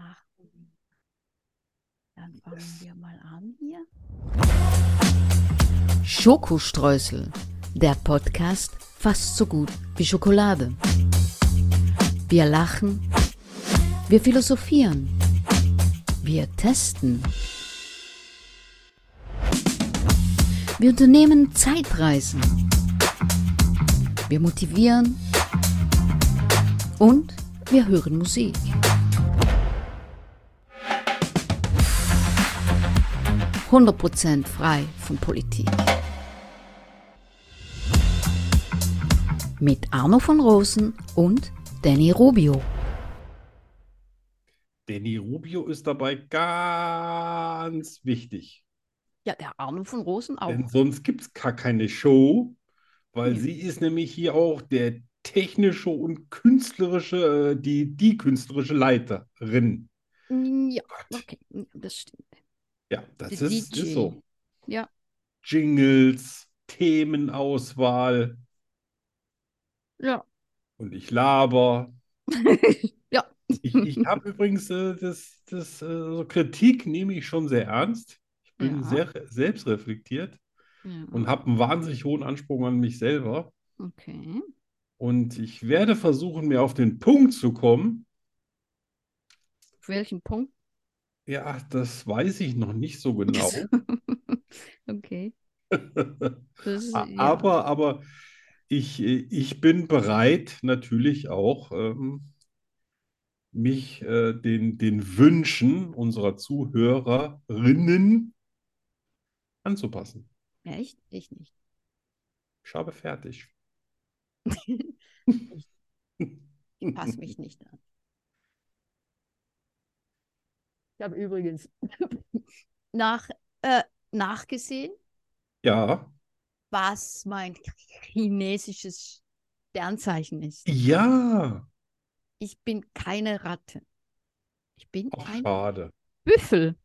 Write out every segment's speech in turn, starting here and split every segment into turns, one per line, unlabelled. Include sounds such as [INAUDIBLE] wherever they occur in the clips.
machen. Dann fangen wir mal an hier.
Schokostreusel, der Podcast fast so gut wie Schokolade. Wir lachen, wir philosophieren, wir testen. Wir unternehmen Zeitreisen. Wir motivieren und wir hören Musik. Hundert Prozent frei von Politik. Mit Arno von Rosen und Danny Rubio.
Danny Rubio ist dabei ganz wichtig.
Ja, der Arno von Rosen auch.
Denn sonst gibt es gar keine Show, weil
Ja.
sie ist nämlich hier auch der technische und künstlerische, äh, die, die künstlerische Leiterin.
Ja,
Gott.
okay, das stimmt.
Ja, das
Die
ist,
DJ.
ist so.
Ja.
Jingles, Themenauswahl
Ja.
und ich laber.
Ja. [LAUGHS]
Ich, ich habe übrigens äh, das, das äh, so Kritik nehme ich schon sehr ernst. Ich bin
Ja.
sehr selbstreflektiert
[LAUGHS] ja.
und habe einen wahnsinnig hohen Anspruch an mich selber.
Okay.
Und ich werde versuchen, mir auf den Punkt zu kommen.
Auf welchen Punkt? [LAUGHS]
Ja, das weiß ich noch nicht so genau.
Okay. Das ist,
A-
ja.
Aber, aber ich, äh, ich bin bereit, natürlich auch ähm, mich äh, den, den Wünschen unserer Zuhörerinnen anzupassen.
Echt? Ich nicht. [LAUGHS]
Ich habe fertig.
Ich passe mich nicht an. Ich habe übrigens [LAUGHS] nach, äh, nachgesehen,
[LAUGHS] Ja,
was mein chinesisches Sternzeichen ist.
ja,
Ich bin keine Ratte. Ich bin
auch
ein
schade.
Büffel.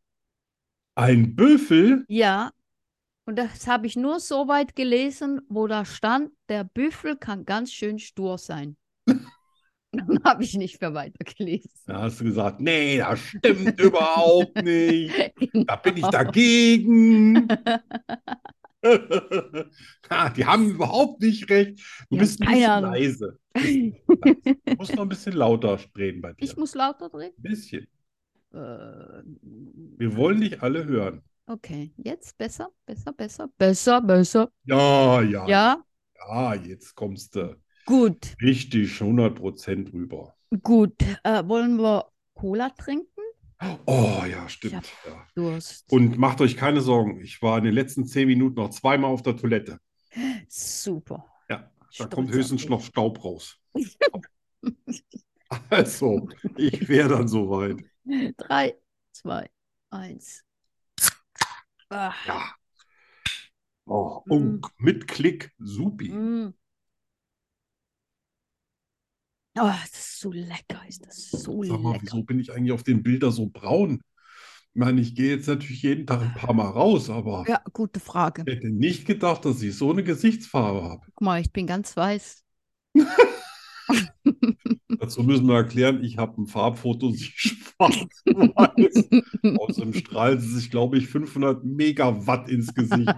Ein Büffel?
Ja. Und das habe ich nur so weit gelesen, wo da stand, der Büffel kann ganz schön stur sein. [LAUGHS] Dann habe ich nicht mehr
[LAUGHS]
weitergelesen.
Da hast du gesagt, nee, das stimmt überhaupt nicht. Da bin ich
Genau.
dagegen. Ha, die haben überhaupt nicht recht. Du
Ja,
bist ein
keine
bisschen
Ahnung.
leise. Du musst noch ein bisschen lauter reden bei dir.
Ich muss lauter drehen.
Ein bisschen.
Äh,
Wir wollen dich alle hören.
okay, jetzt besser, besser, besser, besser, besser.
Ja, ja,
Ja,
ja, jetzt kommst du
gut,
richtig 100% rüber.
gut. Äh, wollen wir Cola trinken?
Oh, ja, stimmt. Ja.
Durst.
Und macht euch keine Sorgen. Ich war in den letzten 10 Minuten noch zweimal auf der Toilette.
Super.
Ja, da
Stolz
kommt
auf
höchstens
dich.
noch
[LAUGHS]
Staub raus. Also, ich wäre dann soweit.
Drei, zwei, eins. Ah,
Ja. Oh,
Mm.
und mit Klick, supi.
mm. Ah, das ist so lecker, ist das so
Sag mal,
lecker.
wieso bin ich eigentlich auf den Bildern so braun? Ich meine, ich gehe jetzt natürlich jeden Tag ein paar Mal raus, aber
Ja, gute Frage.
ich hätte nicht gedacht, dass ich so eine Gesichtsfarbe habe.
Guck mal, ich bin ganz weiß.
Dazu müssen wir erklären, ich habe ein Farbfoto, sie ist [LAUGHS] schwarz-weiß. Außerdem strahlen sie sich, glaube ich, 500 Megawatt
[LAUGHS]
ins Gesicht.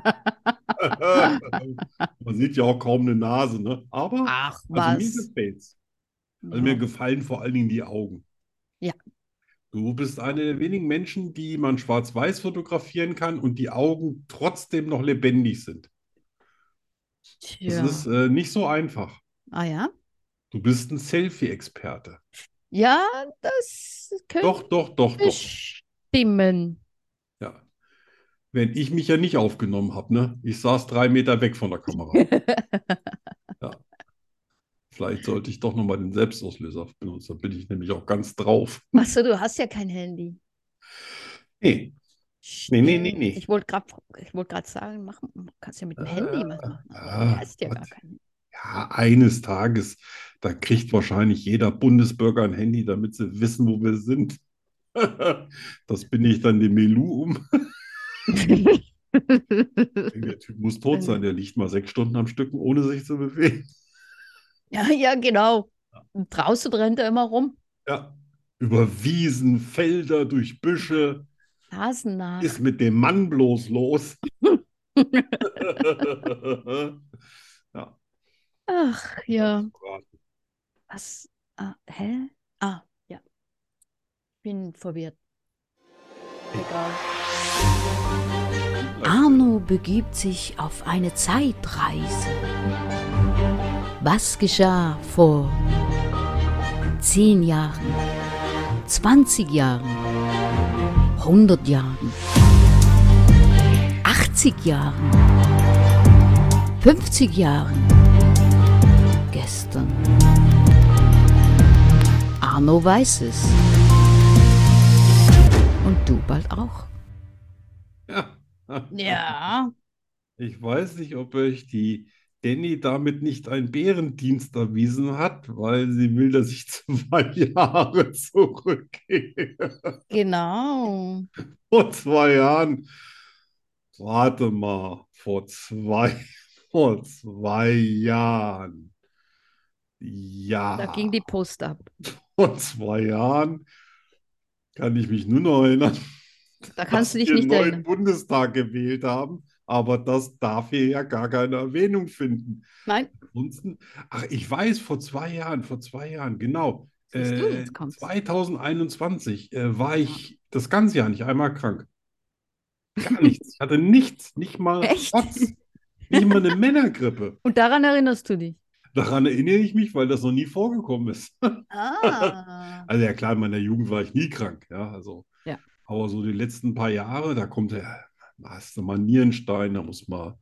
Man sieht ja auch kaum eine Nase, ne? Aber,
Ach,
also mir
was?
gefällt's. Also mir gefallen vor allen Dingen die Augen.
Ja.
Du bist einer der wenigen Menschen, die man schwarz-weiß fotografieren kann und die Augen trotzdem noch lebendig sind. Das
Tja.
ist äh, nicht so einfach.
Ah ja?
Du bist ein Selfie-Experte.
Ja, das könnte
Doch, doch, doch, doch.
stimmen.
Ja. Wenn ich mich ja nicht aufgenommen habe, ne? Ich saß drei Meter weg von der Kamera. Vielleicht sollte ich doch nochmal den Selbstauslöser benutzen. Da bin ich nämlich auch ganz drauf.
Achso, du hast ja kein Handy.
Nee, Nee, nee, nee,
Stimmt.
nee.
äh, Ich wollte gerade ich wollte gerade sagen, mach, kannst ja mit dem Handy was
Äh,
machen. aber
ah,
du hast ja gar
was?
kein
Ja, eines Tages, da kriegt wahrscheinlich jeder Bundesbürger ein Handy, damit sie wissen, wo wir sind. [LAUGHS] Das bin ich dann dem Melu um.
Handy. [LAUGHS]
Der Typ muss tot sein, der liegt mal sechs Stunden am Stück, ohne sich zu bewegen.
ja, ja, genau. Und draußen rennt er immer rum.
Ja, über Wiesen, Felder, durch Büsche.
Hasenhaar.
Ist mit dem Mann bloß los.
[LAUGHS]
ja.
Ach ja. Was? Ah, hä? Ah, ja. Bin verwirrt. Egal.
Arno begibt sich auf eine Zeitreise. Was geschah vor 10 Jahren, 20 Jahren, 100 Jahren, 80 Jahren, 50 Jahren, gestern? Arno weiß es. Und du bald auch.
Ja.
Ja.
Ich weiß nicht, ob euch die Danny damit nicht einen Bärendienst erwiesen hat, weil sie will, dass ich [LAUGHS] zwei Jahre zurückgehe.
Genau.
Vor zwei Jahren. Warte mal, vor zwei, [LAUGHS] vor zwei Jahren. Ja.
Da ging die Post ab.
Vor zwei Jahren kann ich mich nur noch erinnern,
Da kannst du
dass
dich
wir
nicht
einen neuen
erinnern.
Bundestag gewählt haben, aber das darf hier ja gar keine Erwähnung finden.
Nein.
Ansonsten, ach, ich weiß, vor zwei Jahren, vor zwei Jahren, genau.
Siehst du,
Äh,
jetzt kommt's.
2021 äh, war ich das ganze Jahr nicht einmal krank.
[LAUGHS]
Gar nichts. Ich hatte nichts, nicht mal
Echt?
Rotz, nicht mal eine Männergrippe.
Und daran erinnerst du dich.
Daran erinnere ich mich, weil das noch nie vorgekommen ist.
Ah.
Also ja klar, in meiner Jugend war ich nie krank, ja, also.
Ja.
Aber so die letzten paar Jahre, da kommt der, da hast du mal Nierenstein, da muss mal,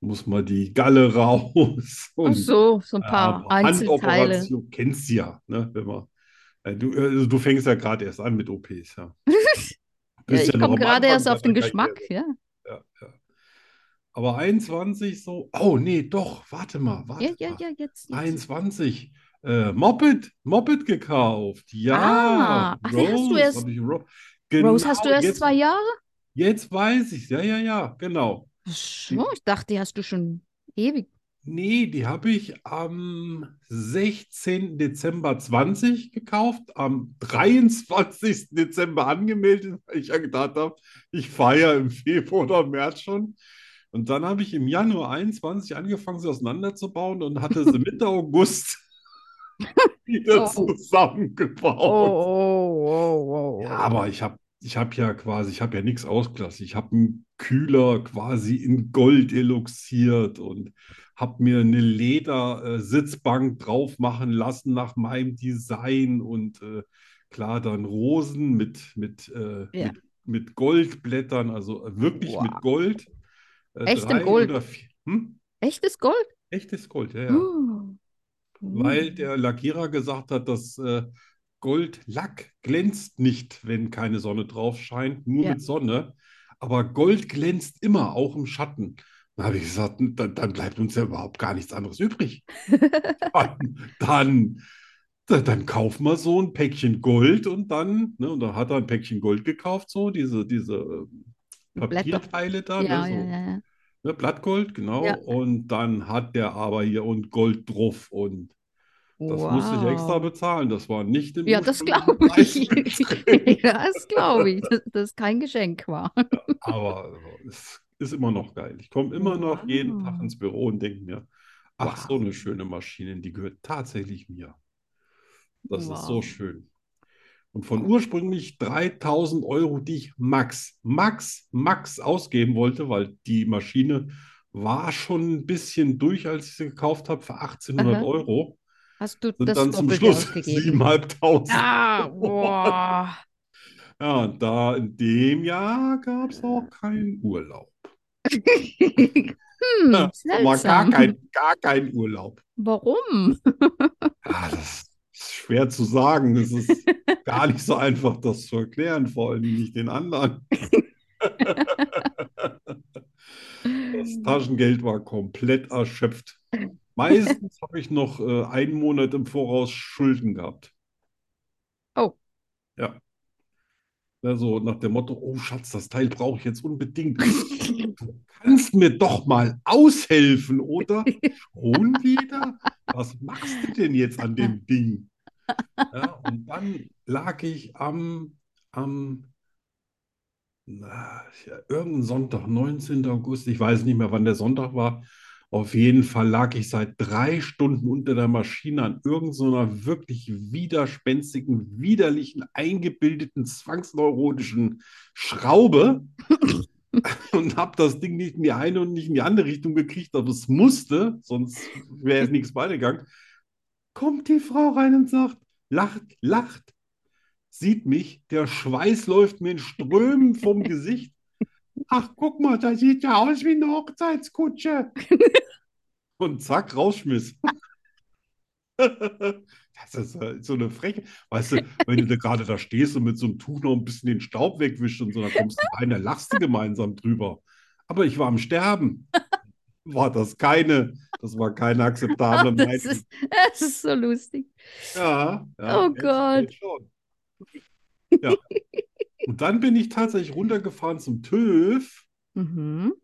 muss mal die Galle [LAUGHS] raus
Ach
und
so, so ein
ja,
paar
aber
Einzelteile.
Handoperation kennst du ja, ne, wenn man, äh, du, also du fängst ja gerade erst an mit
[LAUGHS]
OPs, ja.
Ja,
Bist
ich
noch
komme
am
gerade
Anfang
erst auf den
deiner
Geschmack,
Karriere.
ja.
Ja, ja. Aber 21 so, oh nee, doch, warte mal, warte
Ja, ja,
mal.
ja, jetzt. jetzt.
21. Äh, Moped, Moped gekauft. Ja,
Ah, ach, den hast du
Rose,
erst-
hab ich Ro
Rose, hast du
Genau,
erst
jetzt,
zwei Jahre?
Jetzt weiß ich, ja, ja, ja, genau.
Ach So, Oh, ich dachte, die hast du schon ewig.
Nee, die habe ich am 16. Dezember 20 gekauft, am 23. [LAUGHS] Dezember angemeldet, weil ich ja gedacht habe, ich fahre ja im Februar oder März schon. Und dann habe ich im Januar 21 angefangen, sie auseinanderzubauen und hatte
[LAUGHS]
sie Mitte August [LAUGHS] wieder
Oh. Oh,
zusammengebaut.
oh, oh, oh.
Ja, aber ich habe ich hab ja quasi, ich habe ja nichts ausgelassen. Ich habe einen Kühler quasi in Gold eloxiert und habe mir eine Ledersitzbank drauf machen lassen nach meinem Design und äh, klar dann Rosen mit, mit, äh,
Ja.
mit, mit Goldblättern, also wirklich
Wow.
mit Gold. Äh,
Echtem
drei
Gold.
oder vier. Hm?
Echtes Gold?
Echtes Gold, ja, ja
Uh.
weil
Mm.
der Lackierer gesagt hat, dass äh, Goldlack glänzt nicht, wenn keine Sonne drauf scheint, nur
Ja.
mit Sonne. Aber Gold glänzt immer, auch im Schatten. Da habe ich gesagt, dann, dann bleibt uns ja überhaupt gar nichts anderes
[LAUGHS]
übrig. dann, dann, dann, dann kauf mal so ein Päckchen Gold und dann, ne, und dann hat er ein Päckchen Gold gekauft, so diese, diese äh,
Blätter.
Papierteile da,
Ja, ja,
ne, so
ja, ja.
ne, Blattgold, genau.
Ja.
Und dann hat der aber hier und Gold drauf und das musste ich extra
Wow.
bezahlen. Das war nicht im
Ja, das
[LAUGHS] ursprünglichen
glaube
Preis
ich. [LAUGHS]
drin.
Ja, das glaube ich, dass das kein Geschenk war.
Aber also, es ist immer noch geil. Ich komme immer noch jeden Tag
Wow.
ins Büro und denke mir, ach, so
Wow.
eine schöne Maschine, die gehört tatsächlich mir. Das ist so
Wow.
schön. Und von ursprünglich 3000 Euro, die ich max, max, max ausgeben wollte, weil die Maschine war schon ein bisschen durch, als ich sie gekauft habe, für 1800
Aha.
Euro,
Hast du
sind
das
dann zum
Doppelte
Schluss [LAUGHS]
ausgegeben?
7500.
Ah,
[LAUGHS]
wow.
Ja, und da in dem Jahr gab es auch keinen Urlaub.
Hm,
Ja, War gar
seltsam.
kein, gar kein Urlaub.
Warum?
Ah, das ist schwer zu sagen. Es ist gar nicht so einfach, das zu erklären, vor allem nicht den anderen. Das Taschengeld war komplett erschöpft. Meistens habe ich noch äh, einen Monat im Voraus Schulden gehabt.
Oh.
Ja. Also nach dem Motto, oh Schatz, das Teil brauche ich jetzt unbedingt. Du kannst mir doch mal aushelfen, oder? Schon wieder? Was machst du denn jetzt an dem Ding? Ja, und dann lag ich am, am na, ja, irgendein Sonntag, 19. August, ich weiß nicht mehr, wann der Sonntag war. Auf jeden Fall lag ich seit drei Stunden unter der Maschine an irgendeiner wirklich widerspenstigen, widerlichen, eingebildeten, zwangsneurotischen Schraube und habe das Ding nicht in die eine und nicht in die andere Richtung gekriegt, aber es musste, sonst wäre es nichts weitergegangen. Kommt die Frau rein und sagt, lacht, lacht, sieht mich, der Schweiß läuft mir in
[LAUGHS]
Strömen vom Gesicht. Ach, guck mal, das sieht ja aus wie
[LAUGHS]
eine Hochzeitskutsche. Und zack, rausschmiss. [LAUGHS] Das ist halt so eine Freche. Weißt du, wenn du da gerade da stehst und mit so einem Tuch noch ein bisschen den Staub wegwischst und so, dann kommst du rein, da lachst du gemeinsam drüber. Aber ich war am Sterben. War das keine, das war keine akzeptable
Ah, [LAUGHS] das,
Meinung.
ist, das ist so lustig.
Ja, ja,
Oh
jetzt-
Gott.
jetzt schon. Ja. Und dann bin ich tatsächlich runtergefahren zum TÜV
Mhm.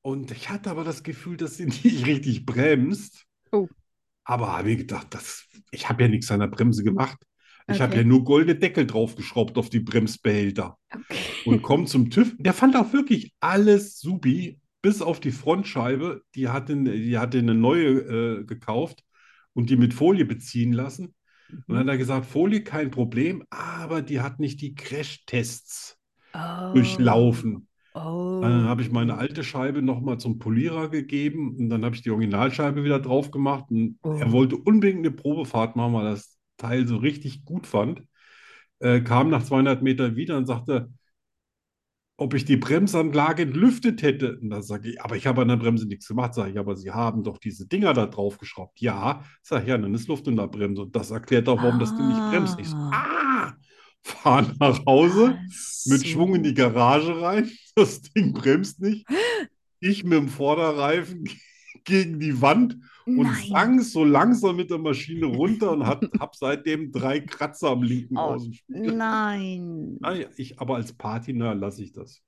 und ich hatte aber das Gefühl, dass sie [LAUGHS] nicht richtig bremst.
Oh.
Aber habe ich gedacht, das, ich habe ja nichts an der Bremse gemacht. Ich habe
Okay.
ja nur goldene Deckel draufgeschraubt auf die Bremsbehälter
Okay. [LAUGHS]
und komme zum TÜV. Der fand auch wirklich alles supi, bis auf die Frontscheibe. Die hatte, die hatte eine neue äh, gekauft und die mit Folie beziehen lassen. Und dann hat
Mhm.
er gesagt, Folie kein Problem, aber die hat nicht die Crash-Tests
Oh.
durchlaufen.
Oh.
Dann habe ich meine alte Scheibe nochmal zum Polierer gegeben und dann habe ich die Originalscheibe wieder drauf gemacht. Und
Oh.
er wollte unbedingt eine Probefahrt machen, weil er das Teil so richtig gut fand. Äh, kam nach 200 Metern wieder und sagte, ob ich die Bremsanlage entlüftet hätte. Und dann sage ich, aber ich habe an der Bremse nichts gemacht. Sage ich, aber Sie haben doch diese Dinger da drauf geschraubt. Ja, sage ich, ja, dann ist Luft in der Bremse. Und das erklärt auch, warum das Ding nicht bremst. Ich so, ah, fahren nach Hause mit Schwung in die Garage rein. [LAUGHS] Das Ding bremst nicht. Ich mit dem Vorderreifen [LAUGHS] gegen die Wand und
Nein.
sank so langsam mit der Maschine runter und hat, [LAUGHS] hab seitdem drei Kratzer am linken
Oh,
Außenspiegel.
Nein.
Ah ja, ich, aber als Patina lasse ich das.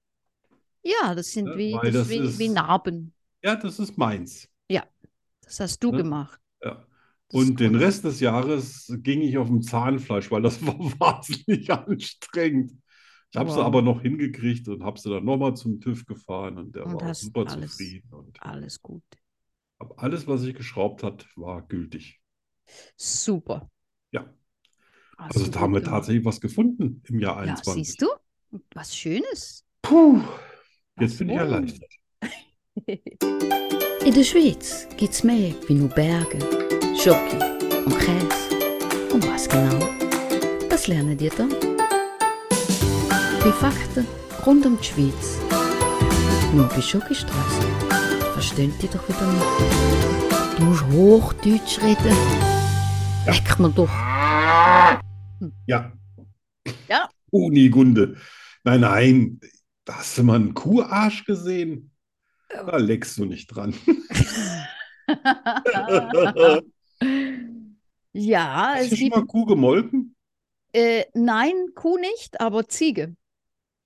Ja, das sind
Ne,
wie,
weil
das
das
wie,
ist-
wie Narben.
Ja, das ist meins.
Das hast du
Ne?
gemacht.
Ja.
Das ist
Und den
gut.
Rest des Jahres ging ich auf dem Zahnfleisch, weil das [LAUGHS] war wahnsinnig anstrengend. Ich habe sie
Wow.
aber noch hingekriegt und habe sie dann nochmal zum TÜV gefahren und der
Und
war auch
hast
super
alles-
zufrieden. Und
Alles gut.
hab alles, was ich geschraubt hat, war gültig.
Super.
Ja.
Hast
Also
du
da
gut
haben wir
gemacht.
tatsächlich was gefunden im Jahr
Ja,
21.
siehst du? Was
[LAUGHS]
Schönes.
Puh, jetzt
Was
bin ich
wohl?
erleichtert.
In der Schweiz gibt's mehr wie nur Berge, Schoki und Käse. Und was genau? Das lernen ihr dann. Die Fakten rund um die Schweiz. Nur bei Schokistraße. Versteht ihr doch wieder nicht. Du musst Hochdeutsch reden. Leck mir doch.
Ja.
Ja.
Unigunde. Nein, nein. Da hast du mal einen Kuharsch gesehen? Da leckst du nicht dran. [LAUGHS] Hast
ja, es
du schon
gibt.
mal Kuh gemolken?
Äh, nein, Kuh nicht, aber Ziege.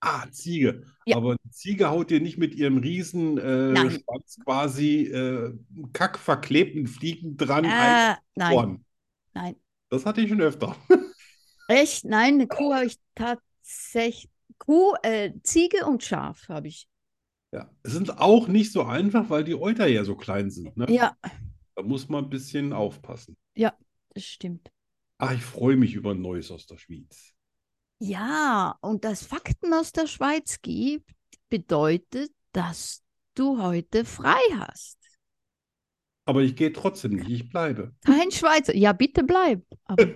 Ah, Ziege.
Ja.
Aber die Ziege haut dir nicht mit ihrem riesen äh,
Nein.
Schwanz quasi äh, kackverklebten Fliegen dran ein
Äh, nein,
Ohren.
nein.
Das hatte ich schon öfter.
Echt? Nein, eine Kuh habe ich tatsächlich. Kuh, äh, Ziege und Schaf habe ich.
Ja. Es sind auch nicht so einfach, weil die Euter ja so klein sind. Ne?
Ja,
Da muss man ein bisschen aufpassen.
das stimmt.
Ach, ich freue mich über Neues aus der Schweiz.
Ja, und dass Fakten aus der Schweiz gibt, bedeutet, dass du heute frei hast.
Aber ich gehe trotzdem nicht, ich bleibe. [LAUGHS]
Kein Schweizer. Ja, bitte bleib. Aber,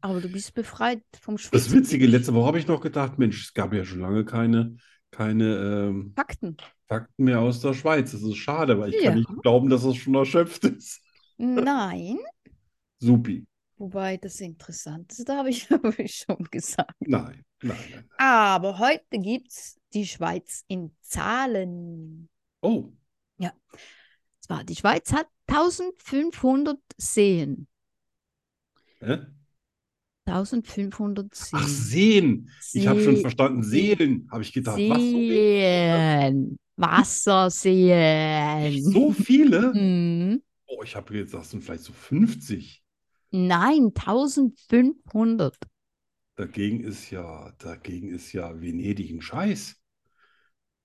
aber du bist befreit vom
Das
Schweizer
Witzige, letzte Woche habe ich noch gedacht, Mensch, es gab ja schon lange keine, keine ähm,
Fakten.
Fakten mehr aus der Schweiz. Das ist schade, weil ich
Ja.
kann nicht glauben, dass das schon erschöpft ist. [LAUGHS]
Nein,
Supi.
wobei das Interessanteste habe ich, [LAUGHS] habe ich schon gesagt.
Nein, nein, nein.
Aber heute gibt es die Schweiz in Zahlen.
Oh,
Und zwar, die Schweiz hat 1500 Seen.
hä?
1500 Seen.
Ach, Seen. Ich habe schon
See-
verstanden, Seelen. Habe ich gedacht, was? So viel?
Seen. Wasserseen.
So viele?
Hm.
Oh, ich habe jetzt, das sind vielleicht so 50.
Nein, 1500.
Dagegen ist ja, dagegen ist ja Venedig ein Scheiß.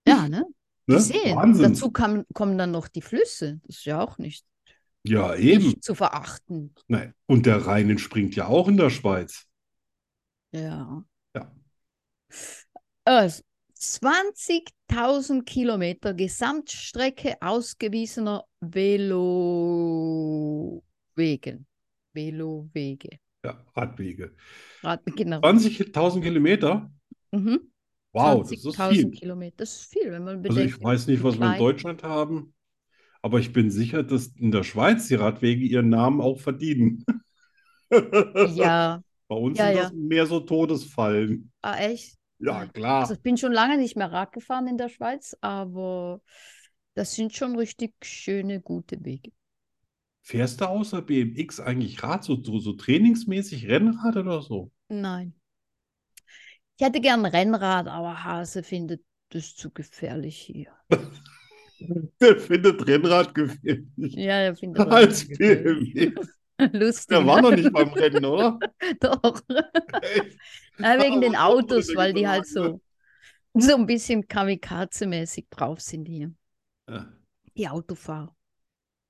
Ja, ne?
Ne?
Die Seen.
Wahnsinn.
Dazu kam, kommen dann noch die Flüsse. Das ist ja auch nicht,
Ja, eben.
nicht zu verachten.
Nein. Und der Rhein entspringt ja auch in der Schweiz.
Ja.
Ja.
Also, 20.000 Kilometer Gesamtstrecke ausgewiesener Velowegen. Velowege.
Ja, Radwege.
Rad- Genau.
20.000 Kilometer?
Mhm.
Wow, das ist
20.000
viel.
Kilometer. Das ist viel, wenn man
Also
bedenkt.
ich weiß nicht, was wir in
Klein-
Deutschland haben, aber ich bin sicher, dass in der Schweiz die Radwege ihren Namen auch verdienen. [LAUGHS] Bei
Ja,
uns
Ja,
sind
ja.
das mehr so Todesfallen.
ah, echt.
Ja,
Ja.
klar.
Also ich bin schon lange nicht mehr Rad gefahren in der Schweiz, aber das sind schon richtig schöne, gute Wege.
Fährst du außer BMX eigentlich Rad, so, so, so trainingsmäßig Rennrad oder so?
Nein. Ich hätte gern ein Rennrad, aber Hase findet das zu gefährlich hier.
Der findet Rennrad gefährlich
Ja, er [LAUGHS] findet das
als
zu gefährlich.
BMX.
Lustig. ne?
Der war noch nicht beim Rennen, oder?
[LAUGHS] Doch.
Echt?
Ja, wegen den
Aber warum
Autos,
wurde ne?
weil die halt
gesagt,
so, so ein bisschen Kamikaze-mäßig drauf sind hier.
Ja.
Die Autofahrer.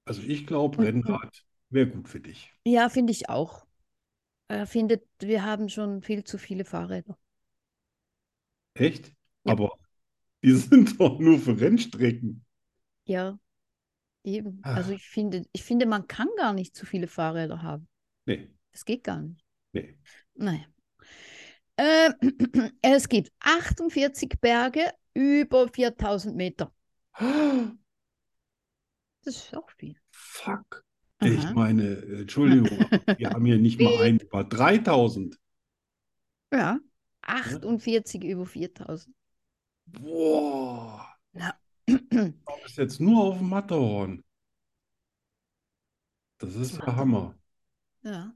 Also ich glaube, Rennrad wäre gut für dich.
Ja, finde ich auch. Er findet, wir haben schon viel zu viele Fahrräder.
Echt?
Ja.
Aber die sind doch nur für Rennstrecken.
Ja, eben.
Ah.
Also ich finde, ich finde, man kann gar nicht zu viele Fahrräder haben.
Nee,
Das geht gar nicht.
nee.
Naja. Äh, [CLEARS THROAT] es gibt 48 Berge über 4000 Meter. Das ist auch viel.
Fuck. Ich
Aha.
meine, äh, Entschuldigung, aber wir haben hier nicht [LAUGHS] mal einen über 3000.
Ja. 48 über [CLEARS THROAT] 4000.
Boah,
Das
du bist jetzt nur auf dem Matterhorn. Das ist der
Matterhorn.
Hammer.
Ja.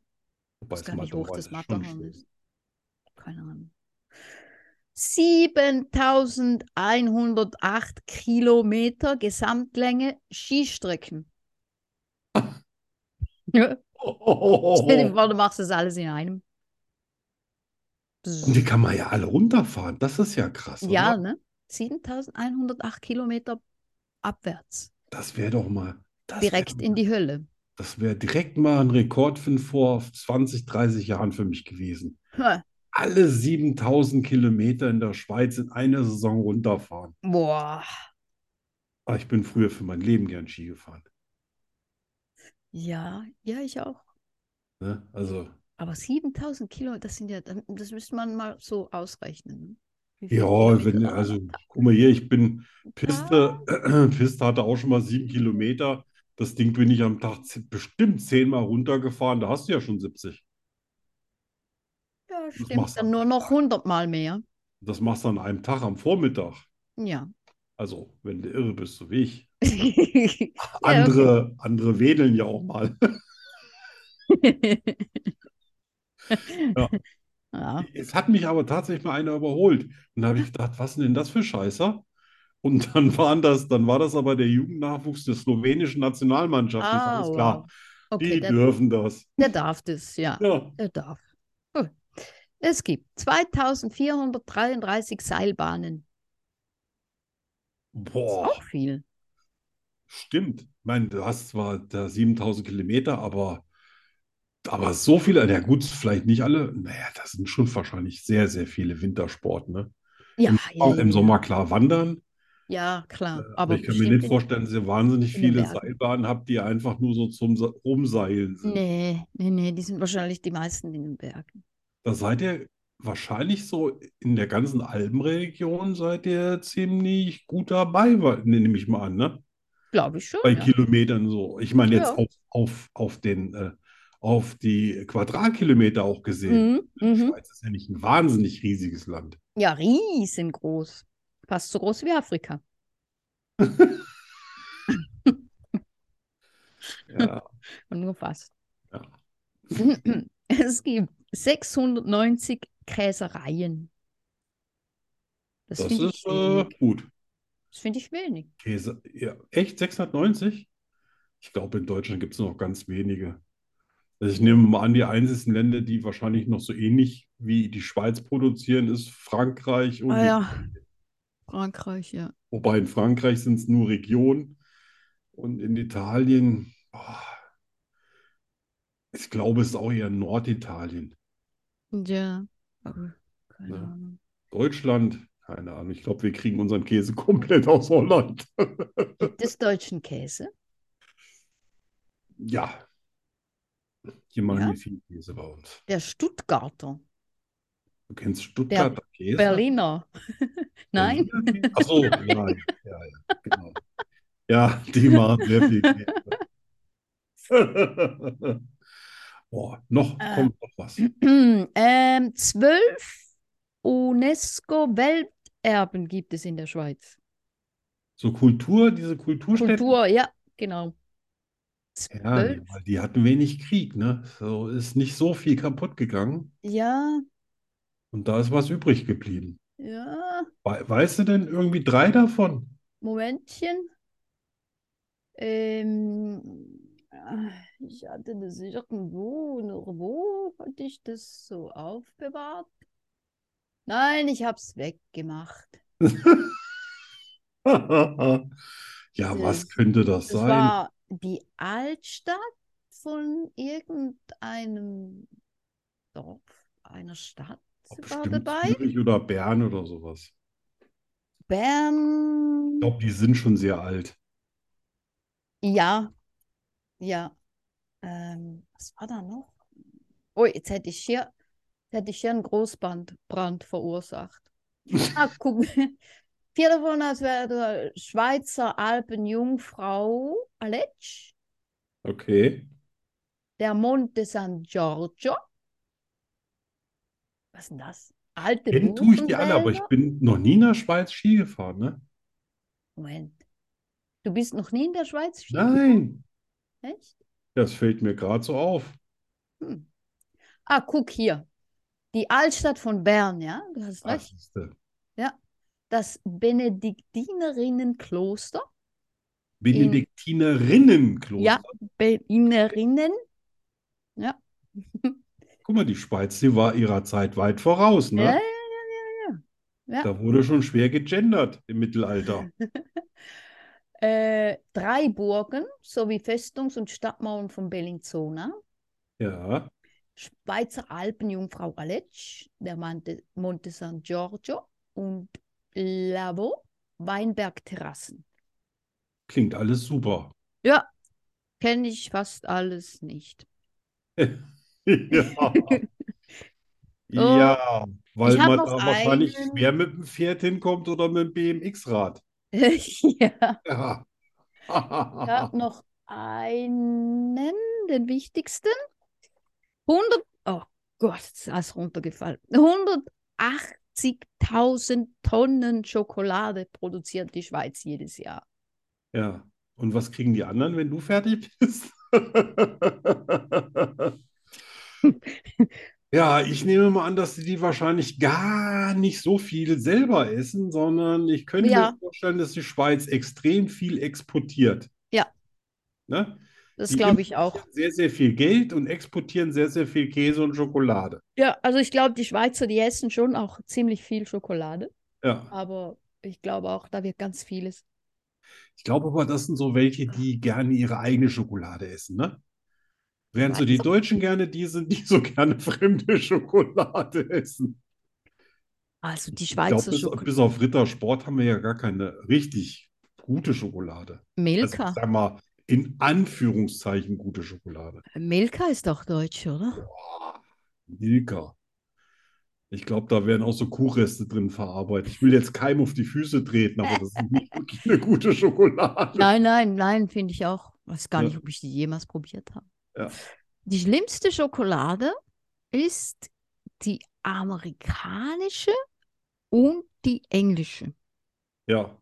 Wobei
weiß
das
gar nicht, wie hoch
Matterhorn
das
ist schon
Matterhorn
schön.
ist.
[LAUGHS]
Keine Ahnung. 7108 Kilometer Gesamtlänge Skistrecken. Ja,
Oh, oh,
stell dir
oh, oh.
vor, du machst das alles in einem. [LAUGHS]
Und die kann man ja alle runterfahren. Das ist ja krass, oder?
Ja, ne? 7108 Kilometer abwärts.
Das wäre doch mal, das wär
Direkt
mal-
in die Hölle.
das wäre direkt mal ein Rekord von vor 20, 30 Jahren für mich gewesen.
Ha,
Alle 7000 Kilometer in der Schweiz in einer Saison runterfahren.
Boah.
Aber ich bin früher für mein Leben gern Ski gefahren.
Ja, ja, ich auch.
Ne? Also,
Aber 7000 Kilo, das sind ja, das müsste man mal so ausrechnen. ne? Wie viel
ja, wenn,
Kilometer?
also, guck mal hier, ich bin Piste, [CLEARS THROAT] Piste hatte auch schon mal sieben Kilometer. Das Ding bin ich am Tag ze- bestimmt zehnmal runtergefahren. Da hast du ja schon 70.
Ja,
machst
stimmt.
du
Dann nur
am
noch 100 Mal mehr.
Das machst du an einem Tag am Vormittag.
Ja.
Also, wenn du irre bist, so wie ich.
ja,
Andere, andere wedeln ja auch mal. [LAUGHS]
okay.
Ja.
Ja.
Es hat mich aber tatsächlich mal einer überholt. Und da habe ich gedacht, was denn das für Scheißer? Und [LAUGHS] dann waren das, dann war das aber der Jugendnachwuchs der slowenischen Nationalmannschaft. Ist
[LAUGHS] Ah,
alles klar.
wow. Okay,
Die
der,
dürfen das.
der darf das, ja.
Ja.
Der Äh, darf. Cool. Es gibt 2433 Seilbahnen. Das ist
Boah,
auch viel.
stimmt. Ich meine, du hast zwar da 7000 Kilometer, aber, aber so viele, na gut, vielleicht nicht alle. Naja, das sind schon wahrscheinlich sehr, sehr viele Wintersport, ne?
Ja,
Im,
ja, ja,
im Sommer klar wandern,
ja, klar.
aber
Aber
ich kann mir
bestimmt
nicht
in-
vorstellen, dass ihr wahnsinnig
in den
viele
Bergen.
Seilbahnen habt, die einfach nur so zum Sa- Rumseilen sind.
Nee, nee, nee, die sind wahrscheinlich die meisten in den Bergen.
Da seid ihr wahrscheinlich so in der ganzen Alpenregion seid ihr ziemlich gut dabei, wa- ne, nehme ich mal an, ne?
Glaube ich schon.
Bei
ja.
Kilometern so. Ich meine jetzt
Ja.
auf, auf, auf den, äh, auf die Quadratkilometer auch gesehen.
Mhm,
Die
mhm.
Schweiz ist ja nicht ein wahnsinnig riesiges Land.
Ja, riesengroß. Fast so groß wie Afrika.
Ja,
Und nur fast.
ja.
[CLEARS THROAT] Es gibt 690 Käsereien. Das
Das
finde
ist
ich wenig.
äh, gut.
Das finde ich wenig.
Käse, ja, echt 690? Ich glaube, in Deutschland gibt es noch ganz wenige. Also ich nehme mal an, die einzigen Länder, die wahrscheinlich noch so ähnlich wie die Schweiz produzieren, ist Frankreich und
Ah
die-
ja. Frankreich, ja.
wobei in Frankreich sind es nur Regionen und in Italien, oh, ich glaube, es ist auch eher Norditalien.
Ja. Aber keine
Ja.
Ahnung.
Deutschland, keine Ahnung, ich glaube, wir kriegen unseren Käse [LAUGHS] komplett aus Holland. [LAUGHS]
Gibt es deutschen Käse?
Ja, hier machen
Ja?
wir viel Käse bei uns.
Der Stuttgarter.
Du kennst Stuttgarter Käse?
Berliner. [LAUGHS] Nein?
[LAUGHS] Ach so, ja, ja, ja, genau. Ja, die machen sehr viel Käse. [LAUGHS] Boah, noch
Äh.
kommt noch
[CLEARS THROAT]
was.
ähm, zwölf UNESCO-Welterben gibt es in der Schweiz.
So Kultur, diese Kulturstätten.
Kultur, ja, genau.
Ja,
Zwölf?
weil die hatten wenig Krieg, ne? So ist nicht so viel kaputt gegangen
Ja,
und da ist was übrig geblieben.
ja.
We weißt du denn irgendwie drei davon? [LAUGHS]
Momentchen. Ähm, ah, ich hatte das irgendwo, nur wo hatte ich das so aufbewahrt? Nein, ich hab's weggemacht.
Ja, was könnte das
Das
sein?
war die Altstadt von irgendeinem Dorf, einer Stadt
Ob
war
bestimmt
dabei.
Zürich oder Bern oder sowas.
Bern.
Ich glaube, die sind schon sehr alt.
Ja, ja. Ähm, was war da noch? Oh, jetzt hätte ich hier, jetzt hätte ich hier einen Großbrand Brand
[LAUGHS]
verursacht. Ah, guck. Vier davon, das wäre der Schweizer Alpenjungfrau Aletsch,
Okay.
der Monte San Giorgio. Was ist denn das? Alte
Kennen tue ich die alle, aber ich
Buchenwälder?
bin noch nie in der Schweiz Ski gefahren, ne?
Moment. Du bist noch nie in der Schweiz? Ski gefahren?
Nein,
Echt?
das fällt mir gerade so auf.
Hm. Ah, guck hier. Die Altstadt von Bern, ja, du hast
Ach,
recht.
siehste.
Das Benediktinerinnenkloster.
Benediktinerinnenkloster.
Ja, Benediktinerinnen.
Guck mal, die Schweiz, die war ihrer Zeit weit voraus,
Ja, ja,
ne?
ja, ja,
Da wurde schon schwer gegendert im Mittelalter.
ja. Äh, drei Burgen sowie Festungs- und Stadtmauern von Bellinzona.
Ja,
Schweizer Alpenjungfrau Aletsch, der Monte, Monte San Giorgio und Lavo Weinbergterrassen.
klingt alles super. [LAUGHS]
Kenne ich fast alles nicht. [LAUGHS]
Ja. Ja, weil
Oh, Ich hab
man
noch
da wahrscheinlich
einen.
schwer mit dem Pferd hinkommt oder mit dem BMX-Rad.
Ja.
Ja.
Ich habe noch einen, den wichtigsten. 100, oh Gott, ist alles runtergefallen. 180.000 Tonnen Schokolade produziert die Schweiz jedes Jahr.
Ja. Und was kriegen die anderen, wenn du fertig
[LAUGHS]
bist? Ja, ich nehme mal an, dass die, die wahrscheinlich gar nicht so viel selber essen, sondern ich könnte mir
Ja.
vorstellen, dass die Schweiz extrem viel exportiert.
Ja.
Ne?
Das
Die
glaube ich auch.
importieren sehr, sehr viel Geld und exportieren sehr, sehr viel Käse und Schokolade.
Ja, also ich glaube, die Schweizer, die essen schon auch ziemlich viel Schokolade,
Ja.
aber ich glaube auch, da wird ganz vieles.
Ich glaube aber, das sind so welche, die gerne ihre eigene Schokolade essen, ne? Während so die Deutschen gerne die sind, die so gerne fremde Schokolade essen.
Also die
Ich glaube,
Schweizer
bis,
Schokolade.
bis auf Rittersport haben wir ja gar keine richtig gute Schokolade. Also, ich
Milka.
sag mal, in Anführungszeichen gute Schokolade.
Milka ist doch deutsch, oder?
Boah, Milka. Ich glaube, da wären auch so Kuhreste drin verarbeitet. Ich will jetzt keinem auf die Füße treten, aber das ist nicht wirklich eine gute Schokolade.
Nein, nein, nein, finde ich auch. Weiß gar
Also Ja.
nicht, ob ich die jemals probiert habe.
Ja.
Die schlimmste Schokolade ist die amerikanische und die englische.
Ja.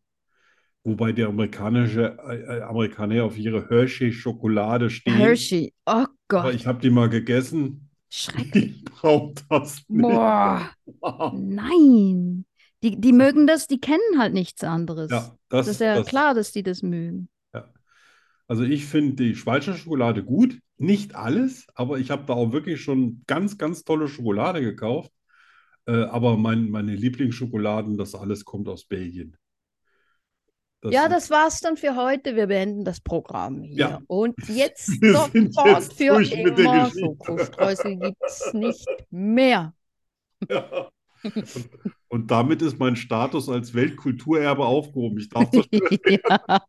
Wobei die amerikanische, äh, äh, Amerikaner auf ihre Hershey-Schokolade stehen.
Hershey, oh
Aber
Gott,
ich habe die mal gegessen. [LAUGHS]
schrecklich.
Ich brauche das nicht.
Boah, nein. Die, die mögen das, die kennen halt nichts anderes.
Ja,
Das
das,
ist ja
das,
klar, dass die das mögen.
Also ich finde die Schweizer Schokolade gut, nicht alles, aber ich habe da auch wirklich schon ganz, ganz tolle Schokolade gekauft. Äh, aber mein, meine Lieblingsschokoladen, das alles kommt aus Belgien. Das
Ja,
sind-
das war's dann für heute. Wir beenden das Programm hier.
Ja.
Und jetzt
[LAUGHS] Wir
sofort
sind jetzt
für
durch mit der
immer.
Geschichte.
Schokostreusel gibt's nicht mehr. [LAUGHS]
[LAUGHS] Ja. Und, und damit ist mein Status als Weltkulturerbe aufgehoben. Ich darf das.
ja.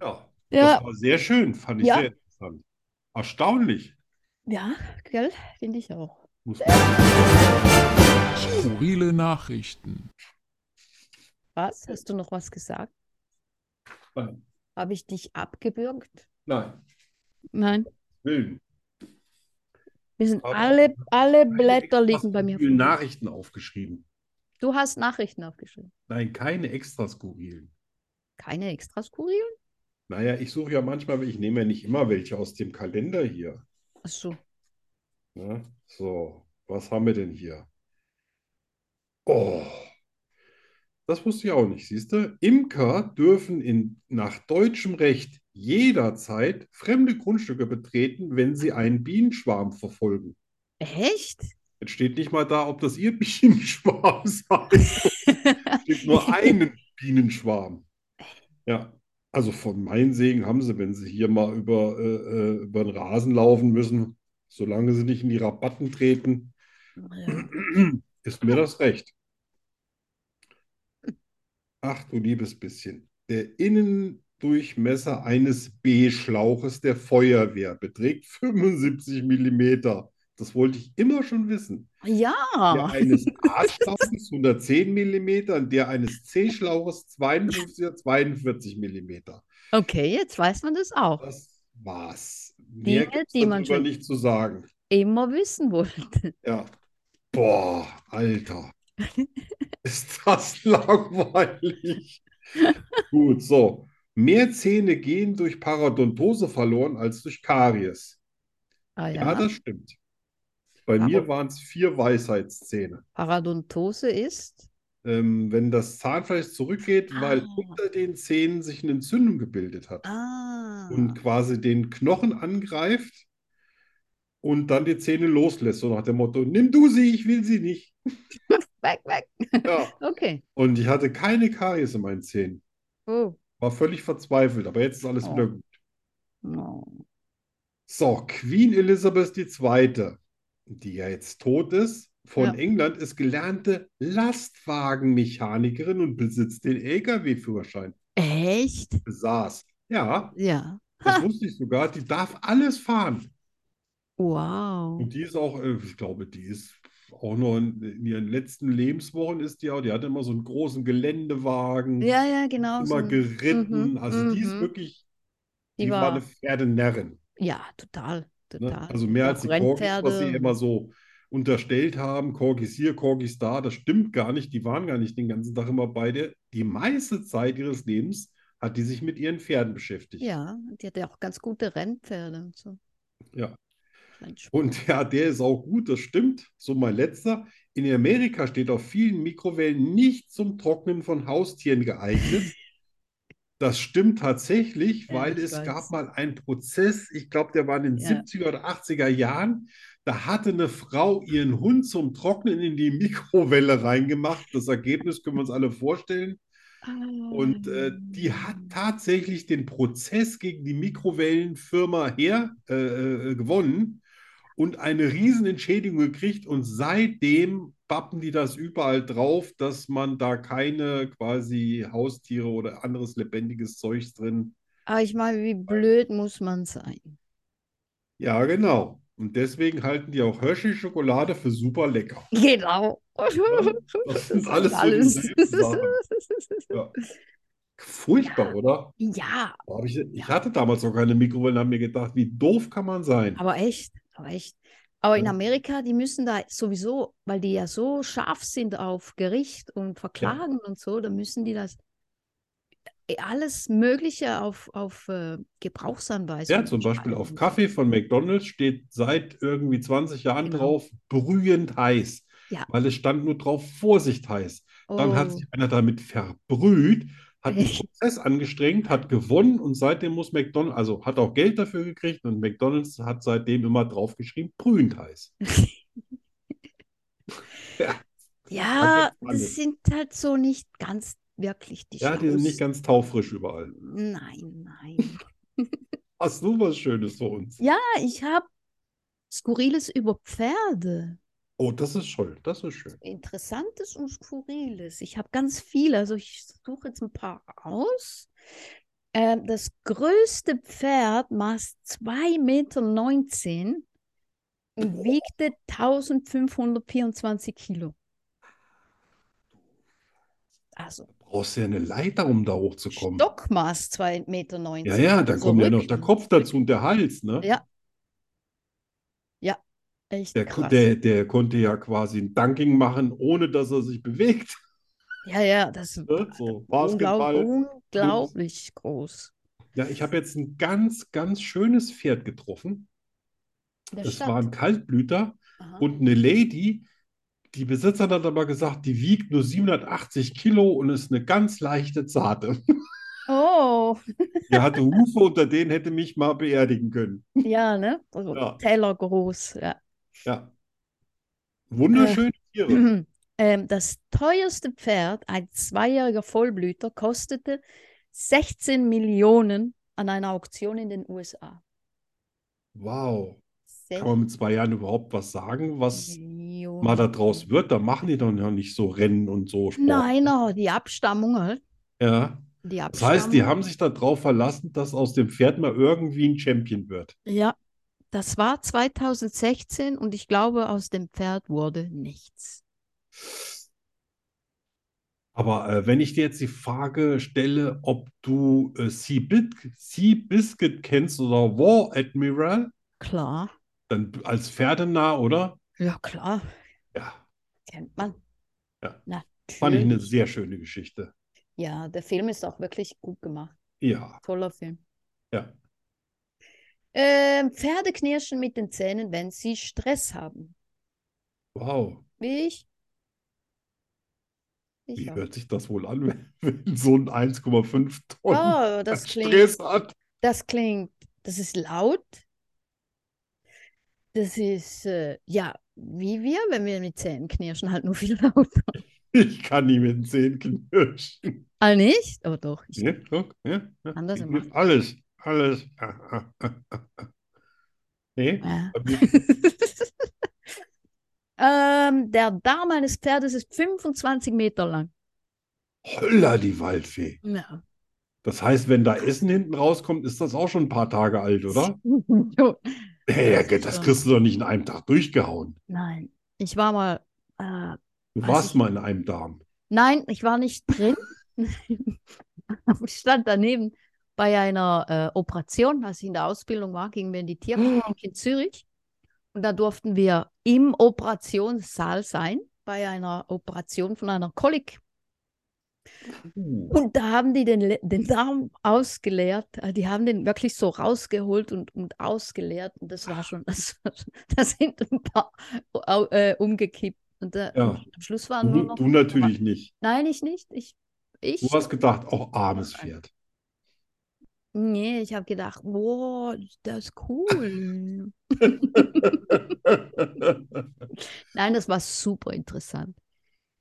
Ja, das
ja,
war sehr schön, fand ich
Ja.
sehr interessant. Erstaunlich.
ja, gell? Finde ich auch.
Muss
Skurrile Nachrichten.
Was? Hast du noch was gesagt?
man.
Habe ich dich abgebürgt?
Nein,
Nein.
Willen.
Wir sind
Aber-
alle, alle Blätter
Keine
liegen bei mir.
skurrilen
vor.
Nachrichten aufgeschrieben.
Du hast Nachrichten aufgeschrieben.
Nein, keine extra skurrilen.
Keine extra skurrilen?
Naja, ich suche ja manchmal, ich nehme ja nicht immer welche aus dem Kalender hier.
Ach so.
Ne? So, was haben wir denn hier? Oh, das wusste ich auch nicht, siehst du? Imker dürfen in, nach deutschem Recht jederzeit fremde Grundstücke betreten, wenn sie einen Bienenschwarm verfolgen. [LAUGHS]
Echt?
Jetzt steht nicht mal da, ob das ihr [LAUGHS] Bienenschwarm sei. gibt nur einen Bienenschwarm. Ja, also von meinen Segen haben sie, wenn sie hier mal über, äh, äh, über den Rasen laufen müssen, solange sie nicht in die Rabatten treten, [CLEARS THROAT]
Ja.
ist mir das recht. Ach du liebes bisschen. Der Innendurchmesser eines B-Schlauches der Feuerwehr beträgt 75 Millimeter. Das wollte ich immer schon wissen. Der
ja.
eines A-Schlauches 110 mm, der eines C-Schlauches 52 oder 42 mm.
Okay, jetzt weiß man das auch.
Das war's. Mehr
Dinge,
gibt's
die man
darüber
schon-
nicht zu sagen.
Immer wissen wollte.
Ja. Boah, Alter. Ist das langweilig. Gut, so. Mehr Zähne gehen durch Parodontose verloren als durch Karies.
[LAUGHS] Ah
Ja,
ja.
das stimmt. Bei mir waren es vier Weisheitszähne.
Paradontose ist.
ähm, wenn das Zahnfleisch zurückgeht, weil
Ah.
unter den Zähnen sich eine Entzündung gebildet hat
Ah.
und quasi den Knochen angreift und dann die Zähne loslässt, so nach dem Motto, nimm du sie, ich will
[LAUGHS]
sie nicht.
Weg, weg.
Ja.
Okay.
Und ich hatte keine Karies in meinen Zähnen,
Oh.
war völlig verzweifelt, aber jetzt ist alles
Oh.
wieder gut.
No.
So, Queen Elizabeth II., die ja jetzt tot ist, von
Ja.
England ist gelernte Lastwagenmechanikerin und besitzt den LKW-Führerschein.
Echt?
Besaß. Ja.
Ja.
Das wusste ich sogar. Die darf alles fahren.
Wow.
Und die ist auch, äh, ich glaube, die ist auch noch in, in ihren letzten Lebenswochen ist die auch. Die hat immer so einen großen Geländewagen,
Ja, ja, genau. so
immer
ein-
geritten.
Mhm,
Also die ist
mhm.
wirklich,
Die
die war
war-
eine Pferdenärrin.
Ja, total.
Ne?
Total.
Also mehr als die Corgis, was sie
Rennpferde.
immer so unterstellt haben. Corgis hier, Corgis da. Das stimmt gar nicht. Die waren gar nicht den ganzen Tag immer bei der. Die meiste Zeit ihres Lebens hat die sich mit ihren Pferden beschäftigt.
Ja, die hatte auch ganz gute Rennpferde und so.
Ja.
Kleinen Sp-
Und ja, der ist auch gut, das stimmt. So mein letzter. In Amerika steht auf vielen Mikrowellen nicht zum Trocknen von Haustieren geeignet. Das stimmt tatsächlich,
Ja,
weil
ich
es gab
weiß.
mal einen Prozess, ich glaube, der war in den
Ja.
70er oder 80er Jahren. Da hatte eine Frau ihren Hund zum Trocknen in die Mikrowelle reingemacht. Das Ergebnis können wir uns alle vorstellen. Und äh, die hat tatsächlich den Prozess gegen die Mikrowellenfirma her äh, äh, gewonnen und eine Riesenentschädigung gekriegt. Und seitdem bappen die das überall drauf, dass man da keine quasi Haustiere oder anderes lebendiges Zeugs drin.
Aber Ah, ich meine, wie blöd muss man sein? [LAUGHS]
Ja, genau. Und deswegen halten die auch Hershey-Schokolade für super lecker.
Genau.
Das
Das
sind
ist
alles so dieselben Sachen. Ja. Furchtbar, oder?
[LAUGHS] Ja,
Da hab Ich, ich hatte damals noch keine Mikrowelle und habe mir gedacht, wie doof kann man sein?
aber echt, aber echt. Aber in
Ja.
Amerika, die müssen da sowieso, weil die ja so scharf sind auf Gericht und Verklagen und so, da müssen die das äh, alles Mögliche auf, auf äh, Gebrauchsanweisung
Ja, zum Beispiel auf
schreiben.
Kaffee von McDonald's steht seit irgendwie 20 Jahren
Genau.
drauf brühend heiß,
Ja.
weil es stand nur drauf Vorsicht heiß. Dann
Oh.
hat sich einer damit verbrüht, hat
[LAUGHS]
einen Prozess angestrengt, hat gewonnen und seitdem muss McDonald's, also hat auch Geld dafür gekriegt und McDonald's hat seitdem immer draufgeschrieben, brühend heiß.
[LAUGHS] Ja,
jetzt mal
das
nicht.
sind halt so nicht ganz wirklich die
Ja, die sind nicht
Schlaus-
ganz taufrisch überall.
Nein, nein.
Hast du was Schönes für uns?
Ja, ich habe Skurriles über Pferde.
Oh, das ist schön, das ist schön.
Interessantes und Skurriles. Ich habe ganz viele, also ich suche jetzt ein paar aus. Ähm, das größte Pferd maß 2,19 Meter und wiegte 1524 Kilo. Also
Du brauchst ja eine Leiter, um da hochzukommen.
Stockmaß 2,19 Meter. Also
Ja, ja, dann kommt ja noch
Rücken-
der Kopf dazu und der Hals, ne?
Ja, Echt
Der,
krass.
der, der konnte ja quasi ein Dunking machen, ohne dass er sich bewegt. [LAUGHS]
Ja, ja, das ist
Ne? So
unglaub
Basketball.
unglaublich groß.
Ja, ich habe jetzt ein ganz, ganz schönes Pferd getroffen.
Der
Das
Stadt.
war ein Kaltblüter
Aha.
und eine Lady. Die Besitzerin hat aber gesagt, die wiegt nur 780 Kilo und ist eine ganz leichte Zarte. [LAUGHS]
Oh,
Die hatte Hufe, unter denen hätte mich mal beerdigen können.
ja, ne? Also
Ja.
Teller groß, ja.
Ja. Wunderschöne Tiere.
[CLEARS THROAT] Ähm, das teuerste Pferd, ein zweijähriger Vollblüter, kostete 16 Millionen an einer Auktion in den USA.
Wow. Kann
16
man mit zwei Jahren überhaupt was sagen, was
Millionen.
mal da draus wird? Da machen die doch noch nicht so Rennen und so Sport.
Nein, oh, die Abstammung halt.
Ja.
Die
Das heißt, die
Abstammung.
haben sich darauf verlassen, dass aus dem Pferd mal irgendwie ein Champion wird.
Ja, das war 2016 und ich glaube, aus dem Pferd wurde nichts.
Aber äh, wenn ich dir jetzt die Frage stelle, ob du äh, Sea Bit- Sea Biscuit kennst oder War Admiral,
Klar.
dann als Pferdenah, oder?
Ja, klar.
Ja,
Kennt man.
Ja. fand ich eine
Natürlich.
sehr schöne Geschichte.
Ja, der Film ist auch wirklich gut gemacht.
Ja,
Toller Film.
ja.
Ähm, Pferde knirschen mit den Zähnen, wenn sie Stress haben.
Wow.
Wie ich?
Wie
Sicher.
hört sich das wohl an, [LAUGHS] wenn, wenn so ein 1,5 Tonnen
Oh, das klingt,
Stress hat?
das klingt, das ist laut. Das ist, äh, ja, wie wir, wenn wir mit Zähnen knirschen, halt nur viel [LAUGHS] lauter.
Ich kann nicht mit den Zähnen knirschen.
Ah, nicht? Oh, doch. Ich,
Ne? Guck, ne? Ne?
Anders
Ich [LAUGHS]
immer.
nehm Alles, alles. [LAUGHS] Nee?
ja. [LAUGHS]
bei mir-
ähm, der Darm eines Pferdes ist 25 Meter lang.
Holla, die Waldfee.
Ja.
Das heißt, wenn da Essen hinten rauskommt, ist das auch schon ein paar Tage alt,
[LAUGHS]
oder?
Jo.
Hey,
Das ist
das
so.
kriegst du doch nicht in einem Tag durchgehauen.
Nein, ich war mal, äh,
Du
Weiß
warst
ich
mal in einem Darm.
nein, ich war nicht drin. Aber Ich stand daneben bei einer äh, Operation, als ich in der Ausbildung war, gingen wir in die Tierklinik in Zürich. Und da durften wir im Operationssaal sein, bei einer Operation von einer Kolik. Hm.
Uh,
Und da haben die den, Le- den Darm ausgeleert. Äh, Die haben den wirklich so rausgeholt und, und ausgeleert. Und das war schon, [LAUGHS] das, war schon- da sind ein paar au- äh, umgekippt. Und da,
Ja. Mhm.
am Schluss waren nur
du,
noch.
du natürlich nicht.
Nein, ich nicht. Ich, ich,
Du hast gedacht, auch armes Pferd.
[LAUGHS] nee, ich habe gedacht, wow, das ist cool. Nein, das war super interessant.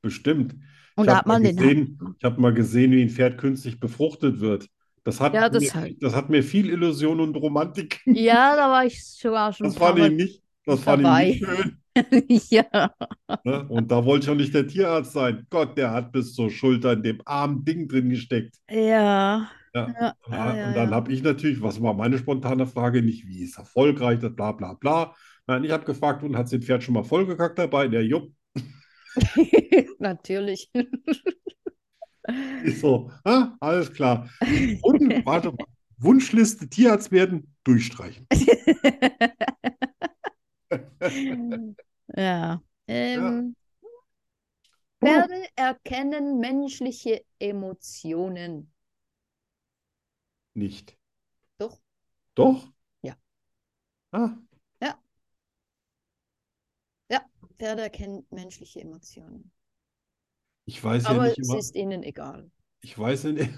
Bestimmt.
Und
Ich
da
hab
hat man
mal
den.
gesehen, ich habe mal gesehen, wie ein Pferd künstlich befruchtet wird. Das hat
Ja, das
mir,
halt.
das hat mir viel Illusion und Romantik.
[LAUGHS]
[LAUGHS]
Ja, da war ich sogar schon
Das
ein paar
fand ich nicht, das fand ich nicht
dabei.
schön.
Mal. [LAUGHS] Ja.
Ne? Und da wollte ich auch nicht der Tierarzt sein. Gott, der hat bis zur Schulter in dem armen Ding drin gesteckt.
Ja.
Ja.
Ja,
Ja,
ah, ja,
und dann
ja.
habe ich natürlich, was war meine spontane Frage, nicht wie ist erfolgreich, das bla bla bla. Nein, ich habe gefragt, und hat den Pferd schon mal vollgekackt dabei? Der Jupp
[LAUGHS] Natürlich. [LAUGHS]
ist so, ah, alles
[LAUGHS]
klar. Und, warte mal, Wunschliste Tierarzt werden, durchstreichen.
Ja. Ähm, Pferde erkennen menschliche Emotionen.
Nicht.
Doch.
Doch?
Ja.
Ah,
Pferde erkennen menschliche Emotionen.
ich weiß ja
Aber
nicht
es
immer.
ist ihnen egal.
Ich weiß
[LAUGHS]
ja nicht.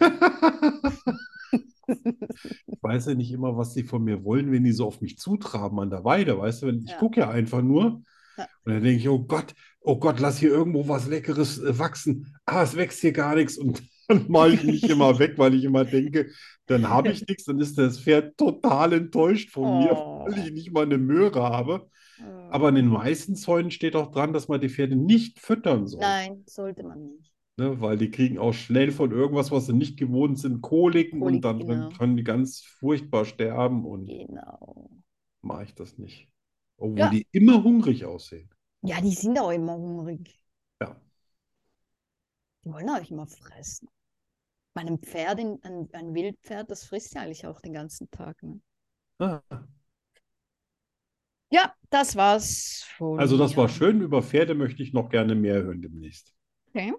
Ich weiß ja nicht immer, was die von mir wollen, wenn die so auf mich zutraben an der Weide, weißt du? Wenn- Ich
Ja.
gucke ja einfach nur
Ja.
und dann denke ich, oh Gott, oh Gott, lass hier irgendwo was Leckeres äh, wachsen. Ah, es wächst hier gar nichts und [LAUGHS] dann mal ich mich immer weg, weil ich immer denke, dann habe
[LAUGHS]
ich nichts, dann ist das Pferd total enttäuscht von mir,
Oh.
weil ich nicht mal eine Möhre habe. Aber an den meisten Zäunen steht auch dran, dass man die Pferde nicht füttern soll.
Nein, sollte man nicht.
Ne, weil die kriegen auch schnell von irgendwas, was sie nicht gewohnt sind, Koliken
Kolik,
und dann dann
genau.
können die ganz furchtbar sterben und
Genau.
mache ich das nicht. Obwohl
Ja.
die immer hungrig aussehen.
Ja, die sind auch immer hungrig.
Ja.
Die wollen auch immer fressen. Bei einem Pferd, ein, ein ein Wildpferd, das frisst ja eigentlich auch den ganzen Tag. Ne?
Ah,
Ja, das war's von
Also das
mir.
war schön. Über Pferde möchte ich noch gerne mehr hören demnächst.
Okay.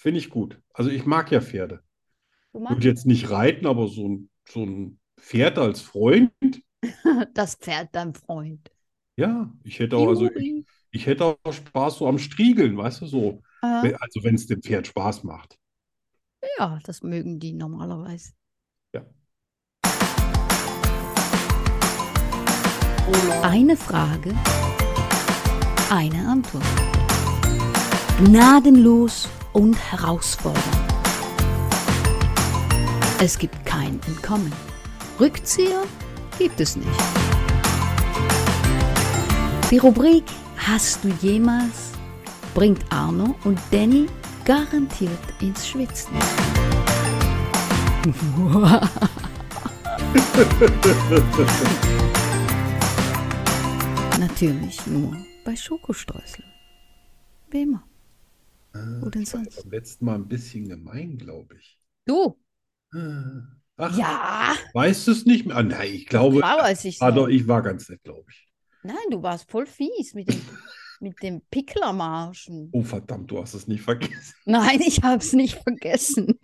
Finde ich gut. Also ich mag ja Pferde.
Du
Würde jetzt nicht reiten, aber so ein, so ein Pferd als Freund,
magst das Pferd, dein Freund.
ja, ich hätte auch, also ich,
Juri.
ich hätte auch Spaß so am Striegeln, weißt du, so.
Ah,
Wenn- Also wenn es dem Pferd Spaß macht.
ja, das mögen die normalerweise.
Eine Frage, eine Antwort. Gnadenlos und herausfordernd. Es gibt kein Entkommen. Rückzieher gibt es nicht. Die Rubrik Hast du jemals bringt Arno und Danny garantiert ins Schwitzen. [LAUGHS] Natürlich nur bei Schokostreuseln. Wie immer. Wo denn sonst?
Beim letzten Mal ein bisschen gemein, glaube ich.
Du,
Ach,
ja,
weißt du es nicht mehr? Ah, nein, ich glaube,
klar weiß ich
ah,
noch.
doch, ich war ganz nett, glaube ich.
Nein, du warst voll fies mit dem, mit dem Pickel am Arsch.
Oh, verdammt, du hast es nicht vergessen. [LAUGHS]
Nein, ich hab's nicht vergessen.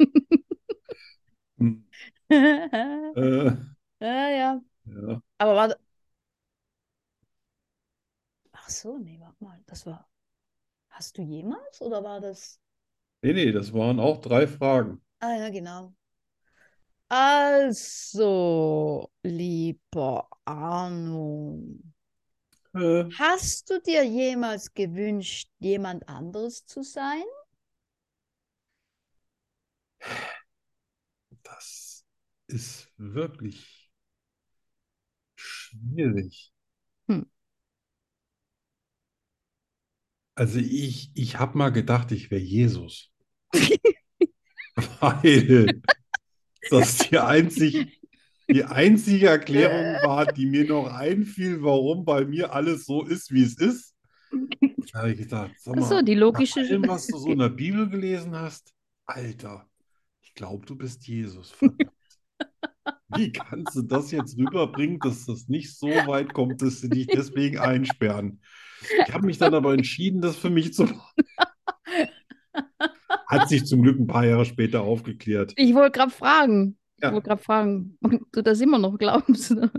Hm,
[LAUGHS] ja,
äh,
ja.
ja.
Aber warte. Ach so, nee, warte mal. Das war. Hast du jemals oder war das?
Nee, nee, das waren auch drei Fragen.
Ah ja, genau. Also, lieber Arno,
Äh,
hast du dir jemals gewünscht, jemand anderes zu sein?
das ist wirklich schwierig.
Hm.
Also ich, ich habe mal gedacht, ich wäre Jesus. [LAUGHS] Weil das ist die einzig, die einzige Erklärung war, die
[LAUGHS]
mir noch einfiel, warum bei mir alles so ist, wie es ist. Da habe ich gedacht, sag
Ach so,
mal,
die
nach
logische.
allem, was du so in der Bibel gelesen hast, Alter, ich glaube, du bist Jesus. Verdammt. Wie kannst du das jetzt rüberbringen, dass das nicht so weit kommt, dass sie dich deswegen einsperren? Ich habe mich dann aber entschieden, das für mich zu machen. Hat sich zum Glück ein paar Jahre später aufgeklärt. [LAUGHS]
Ich wollte gerade fragen.
Ja.
Ich wollte gerade fragen, [LAUGHS] ob du das immer noch glaubst. ne?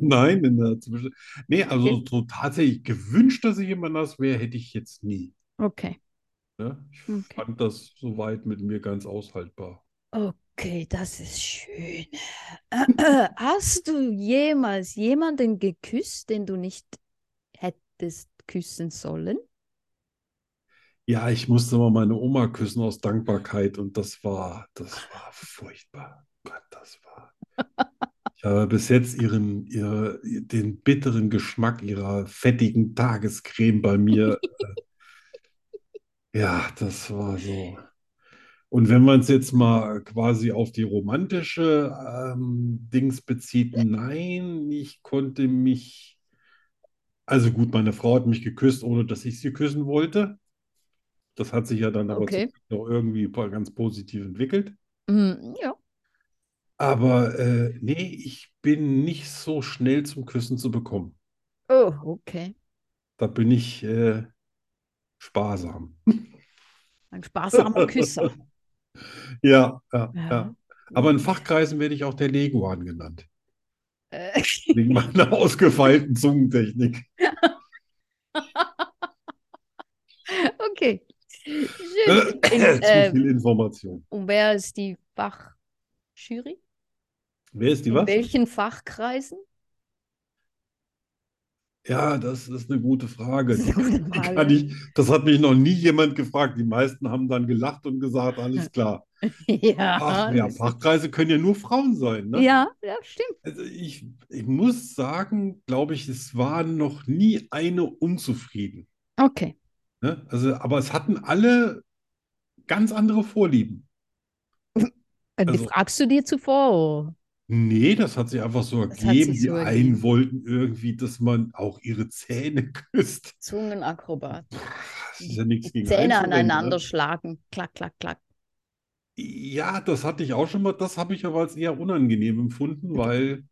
Nein, in der Zwischen nee, also
Okay.
so tatsächlich gewünscht, dass ich jemand das wäre, hätte ich jetzt nie.
Okay.
Ne? Ich
Okay.
fand das soweit mit mir ganz aushaltbar.
Okay, das ist schön. [CLEARS THROAT] Hast du jemals jemanden geküsst, den du nicht hättest küssen sollen?
Ja, ich musste mal meine Oma küssen aus Dankbarkeit und das war, das war furchtbar. Gott, das war. Ich habe bis jetzt ihren, ihre, den bitteren Geschmack ihrer fettigen Tagescreme bei mir. äh, Ja, das war so. Und wenn man es jetzt mal quasi auf die romantische ähm, Dings bezieht, nein, ich konnte mich. Also gut, meine Frau hat mich geküsst, ohne dass ich sie küssen wollte. Das hat sich ja dann aber
Okay.
zum Glück noch irgendwie po- ganz positiv entwickelt. Hm,
Mm, ja.
Aber äh, nee, ich bin nicht so schnell zum Küssen zu bekommen.
Oh, okay.
Da bin ich äh, sparsam.
Ein sparsamer Küsser.
[LAUGHS] Ja, ja,
Ja.
ja. Aber in Fachkreisen werde ich auch der Leguan genannt,
Äh, [LAUGHS]
wegen meiner ausgefeilten Zungentechnik.
okay. ist, in,
[LAUGHS] Zu
äh,
viel Information.
und wer ist die Fachjury?
Wer ist die
In
was?
welchen Fachkreisen?
Ja, das ist eine gute Frage.
Das ist eine gute
Die
Frage.
[LAUGHS] kann ich, das hat mich noch nie jemand gefragt. Die meisten haben dann gelacht und gesagt, alles klar.
[LAUGHS] Ja,
Ach ja,
das-
Fachkreise können ja nur Frauen sein, ne?
ja, ja, stimmt.
Also ich, ich muss sagen, glaube ich, es war noch nie eine unzufrieden.
Okay.
Ne? Also, aber es hatten alle ganz andere Vorlieben.
Äh, die
Also-
fragst du dir zuvor? Oh.
Nee, das hat sich einfach so
hat
ergeben.
sich
Die
so
einen
ergeben.
wollten irgendwie, dass man auch ihre Zähne küsst.
Zungenakrobat.
Das ist ja nichts gegen
Zähne
einzuwenden, ne?
aneinander schlagen. Klack, klack, klack.
Ja, das hatte ich auch schon mal. Das habe ich aber als eher unangenehm empfunden, weil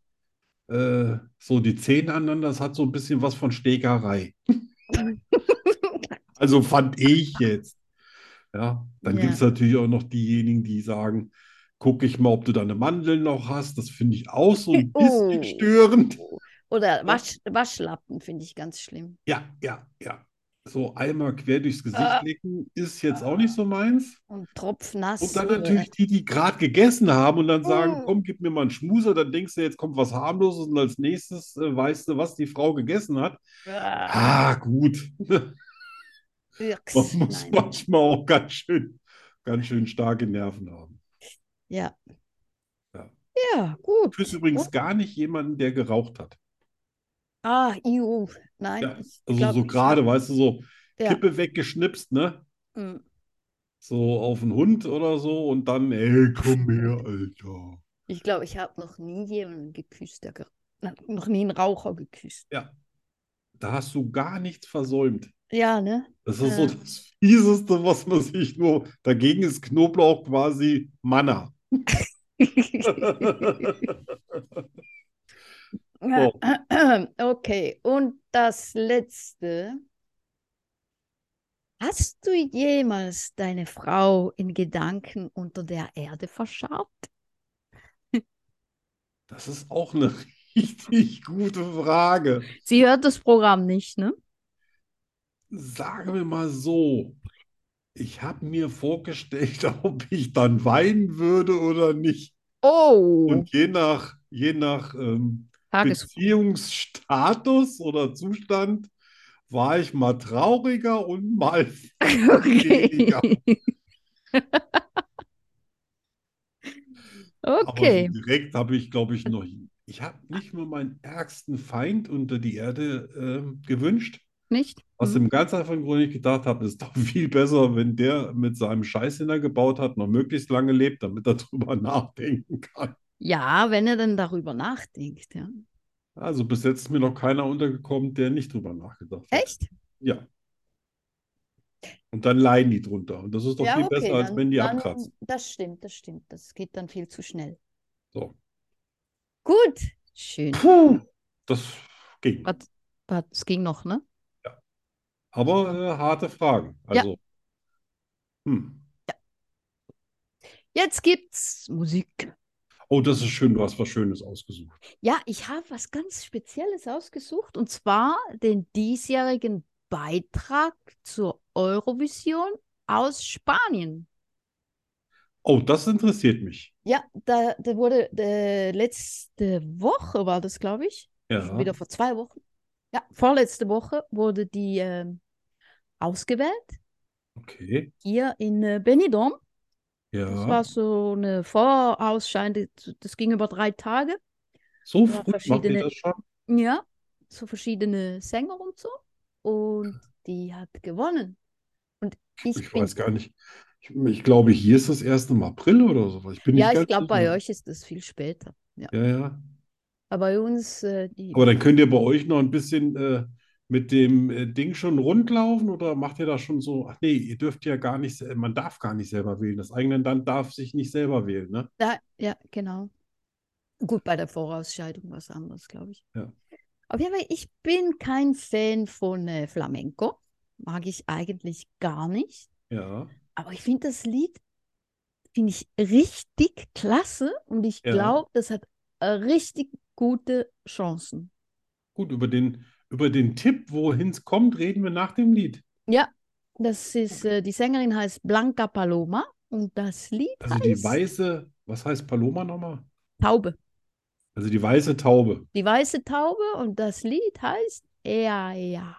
äh, so die Zähne aneinander, das hat so ein bisschen was
[LAUGHS]
von Steckerei. Also fand ich jetzt. Ja, dann
Ja.
gibt es natürlich auch noch diejenigen, die sagen, guck ich mal, ob du deine Mandeln noch hast. Das finde ich auch so ein bisschen
Oh.
störend.
Oder Wasch, Waschlappen finde ich ganz schlimm.
Ja, ja, ja. So einmal quer durchs Gesicht
Ah.
lecken ist jetzt auch nicht so meins.
Und tropfnass.
Und dann
oder-
natürlich die, die gerade gegessen haben und dann
Mm.
sagen, komm, gib mir mal einen Schmuser, dann denkst du, jetzt kommt was harmloses und als nächstes äh, weißt du, was die Frau gegessen hat.
Ah,
Ah, gut. [LAUGHS] Man
Irks.
muss
Nein.
manchmal auch ganz schön, ganz schön starke Nerven haben.
Ja.
Ja.
Ja, gut.
Ich küsse übrigens
Oh.
gar nicht jemanden, der geraucht hat.
Ah, EU. Nein,
Ja,
ich
Also
glaub,
so
ich-
gerade, weißt du, so
Ja.
Kippe weggeschnipst, ne?
Mm.
So auf den Hund oder so und dann, ey, komm her, Alter.
Ich glaube, ich habe noch nie jemanden geküsst, der ger- na, noch nie einen Raucher geküsst.
Da hast du gar nichts versäumt.
Ja,
[LAUGHS]
ne?
Das ist
Ja.
so das Fieseste, was man sich nur. Dagegen ist Knoblauch quasi Manna. So.
[CLEARS THROAT] Okay, und das Letzte. Hast du jemals deine Frau in Gedanken unter der Erde verscharrt?
Das ist auch eine richtig gute Frage.
Sie hört das Programm nicht, ne?
Sagen wir mal so, ich habe mir vorgestellt, [LAUGHS] ob ich dann weinen würde oder nicht.
Oh,
Und je nach, je nach ähm,
Tages.
Beziehungsstatus oder Zustand war ich mal trauriger und mal
Okay.
weniger.
[LAUGHS]
Aber so
Okay.
direkt habe ich, glaube ich, noch. Ich habe nicht mal meinen ärgsten Feind unter die Erde ähm, gewünscht.
Nicht? Mhm.
Aus dem ganz einfachen Grund, ich gedacht habe, es ist doch viel besser, wenn der mit seinem Scheiß, den er gebaut hat, noch möglichst lange lebt, damit er [LAUGHS] drüber nachdenken kann.
Ja, wenn er denn darüber nachdenkt, ja.
Also bis jetzt ist mir noch keiner untergekommen, der nicht drüber nachgedacht hat.
Echt?
Ja. Und dann leiden die drunter. Und das ist doch
Ja,
viel
okay,
besser, als
dann,
wenn die
dann,
abkratzen.
Das stimmt, das stimmt. Das geht dann viel zu schnell.
So.
Gut, schön.
Puh, das ging.
Was- Aber Es ging noch, ne?
Aber äh, harte Fragen. Also. Hm.
Jetzt gibt's Musik.
Oh, das ist schön, du hast was Schönes ausgesucht.
Ja, ich habe was ganz Spezielles ausgesucht und zwar den diesjährigen Beitrag zur Eurovision aus Spanien.
Oh, das interessiert mich.
Ja, da, da wurde äh, letzte Woche war das, glaube ich. schon
Ja.
wieder vor zwei Wochen. Ja, vorletzte Woche wurde die ähm, ausgewählt
Okay.
hier in äh, Benidorm. Das
Ja.
war so eine Vorausschein, das ging über drei Tage.
So
Ja,
früh macht ihr
verschiedene-
das schon?
Ja, so verschiedene Sänger und so. Und die hat gewonnen. Und ich,
Ich
bin,
weiß gar nicht. Ich, ich glaube, hier ist das erst im April oder so. Ich bin nicht
ja, ich
ganz
glaube, bei
sicher.
euch ist das viel später. Ja.
Ja, ja.
Aber bei uns, äh, die,
Aber dann könnt ihr bei euch noch ein bisschen äh, mit dem äh, Ding schon rundlaufen oder macht ihr da schon so? Ach nee, ihr dürft ja gar nicht, se- man darf gar nicht selber wählen. Das eigene Land darf sich nicht selber wählen, ne?
da, ja, genau. Gut, bei der Vorausscheidung was anderes, glaube ich.
Ja.
Auf jeden Fall, ich bin kein Fan von äh, Flamenco. Mag ich eigentlich gar nicht.
Ja.
Aber ich finde das Lied, finde ich richtig klasse und ich
Ja.
glaube, das hat äh, richtig gute Chancen.
Gut, über den, über den Tipp, wohin es kommt, reden wir nach dem Lied.
Ja, Das ist, äh, die Sängerin heißt Blanca Paloma und das Lied
Also
heißt
die weiße, was heißt Paloma nochmal?
Taube.
Also die weiße Taube.
Die weiße Taube und das Lied heißt Ja, ja.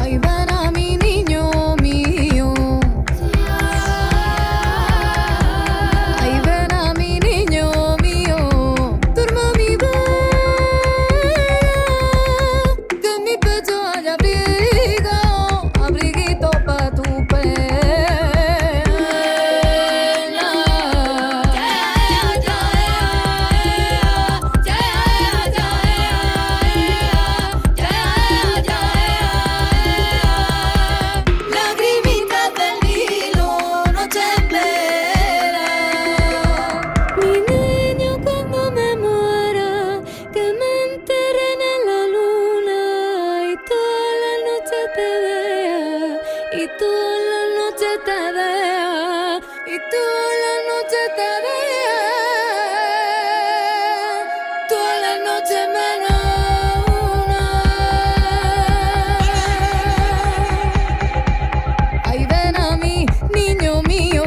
Ahí verá mi niño mío. Ahí verá mi niño mío. Duerma mi bebé. Que en mi pecho hay abrigo. Abriguito pa' tu pena. Lagrimitas del Nilo, noche entera. Mi niño, cuando me muera, que me enterren en la luna y toda la noche te vea, y toda la noche te vea, y toda la noche te vea, toda la noche menos una. Ay, ven a mí, niño mío.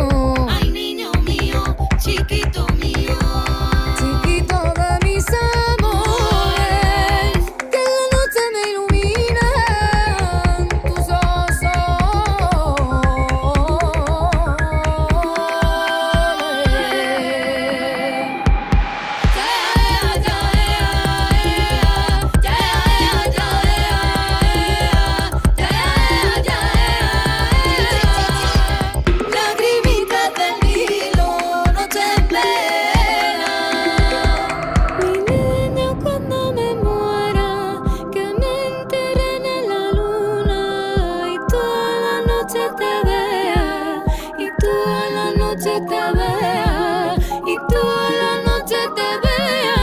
Ay, niño mío, chiquito mío. Chiquito de mis amores. Que en la noche me iluminan tus ojos. Lagrimitas del Nilo, noche entera. Mi niño, cuando me muera, que me enteren en la luna y toda la noche te vea, y toda la noche te vea, y toda la noche te vea.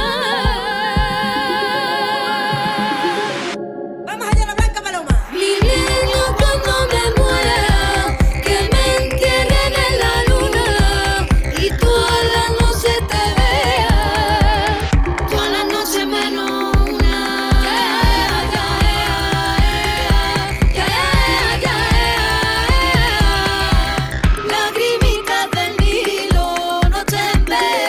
Vamos allá, la Blanca Paloma. Mi niño, cuando me muera, que me entierren en la luna y toda la noche te vea. Toda la noche menos una. Yeah, yeah, yeah, yeah, yeah, yeah. Lagrimitas del Nilo, noche entera.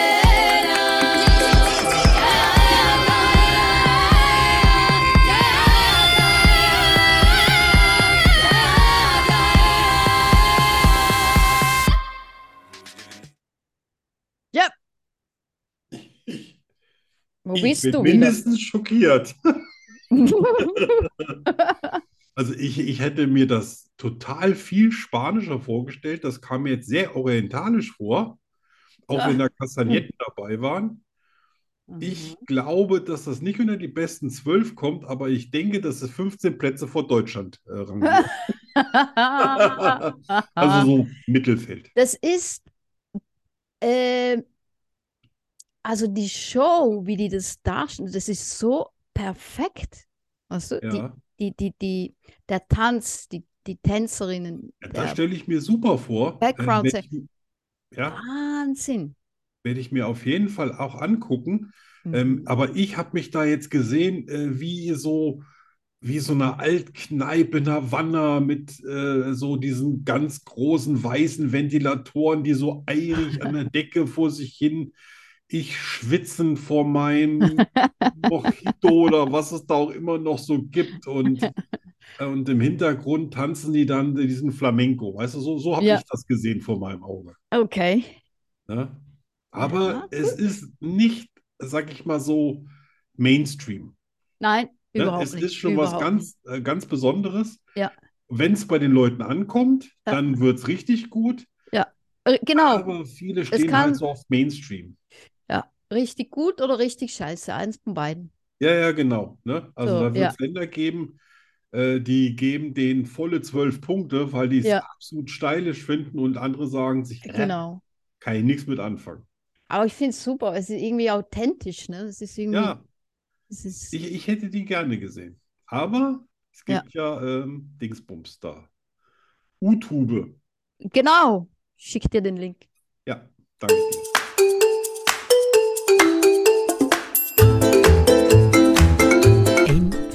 Wo
Ich
bist
bin
du wieder? [LAUGHS]
mindestens schockiert. Also ich, ich hätte mir das total viel spanischer vorgestellt. Das kam mir jetzt sehr orientalisch vor, auch wenn da Kastagnetten dabei waren. Ich
Mhm.
glaube, dass das nicht unter die besten zwölf kommt, aber ich denke, dass es 15 Plätze vor Deutschland
[LAUGHS]
äh, rangiert. Also
Ah.
so Mittelfeld.
Das ist, ähm, also die Show, wie die das darstellen, das ist so perfekt. Weißt du, die,
Ja.
die, die, die, der Tanz, die, die Tänzerinnen,
Ja,
der
das stelle ich mir super vor. Äh,
Background-
werde ich, ja,
Wahnsinn.
werde ich mir auf jeden Fall auch angucken.
Mhm.
Ähm, aber ich habe mich da jetzt gesehen, äh, wie so, wie so eine Altkneipe in Havanna mit äh, so diesen ganz großen weißen Ventilatoren, die so eilig an der Decke vor sich hin, ich schwitzend vor meinem Mojito oder was es da auch immer noch so gibt. Und, äh, und im Hintergrund tanzen die dann diesen Flamenco. Weißt du, so, so habe
Ja.
ich das gesehen vor meinem Auge.
Okay.
Ne? Aber
Ja,
es ist nicht, sag ich mal so, Mainstream.
Nein,
Ne?
überhaupt
Es
nicht.
ist schon was
überhaupt nicht.
ganz, äh, ganz Besonderes.
Ja.
Wenn es bei den Leuten ankommt,
Ja.
dann wird es richtig gut.
Äh, Genau,
Aber viele stehen
kann-
halt so auf Mainstream.
richtig gut oder richtig scheiße, eins von beiden.
Ja, ja, genau. Ne? Also
So,
da wird es Länder geben, äh, die geben denen volle zwölf Punkte, weil die es
Ja.
absolut stylisch finden und andere sagen sich, äh,
Genau.
kann ich nichts mit anfangen.
Aber ich finde es super, es ist irgendwie authentisch, ne? Es ist irgendwie
Ja,
Es ist,
Ich, ich hätte die gerne gesehen. Aber es
Ja.
gibt ja, ähm, Dingsbums da. U-Tube.
genau. Schick dir den Link.
Ja, danke dir.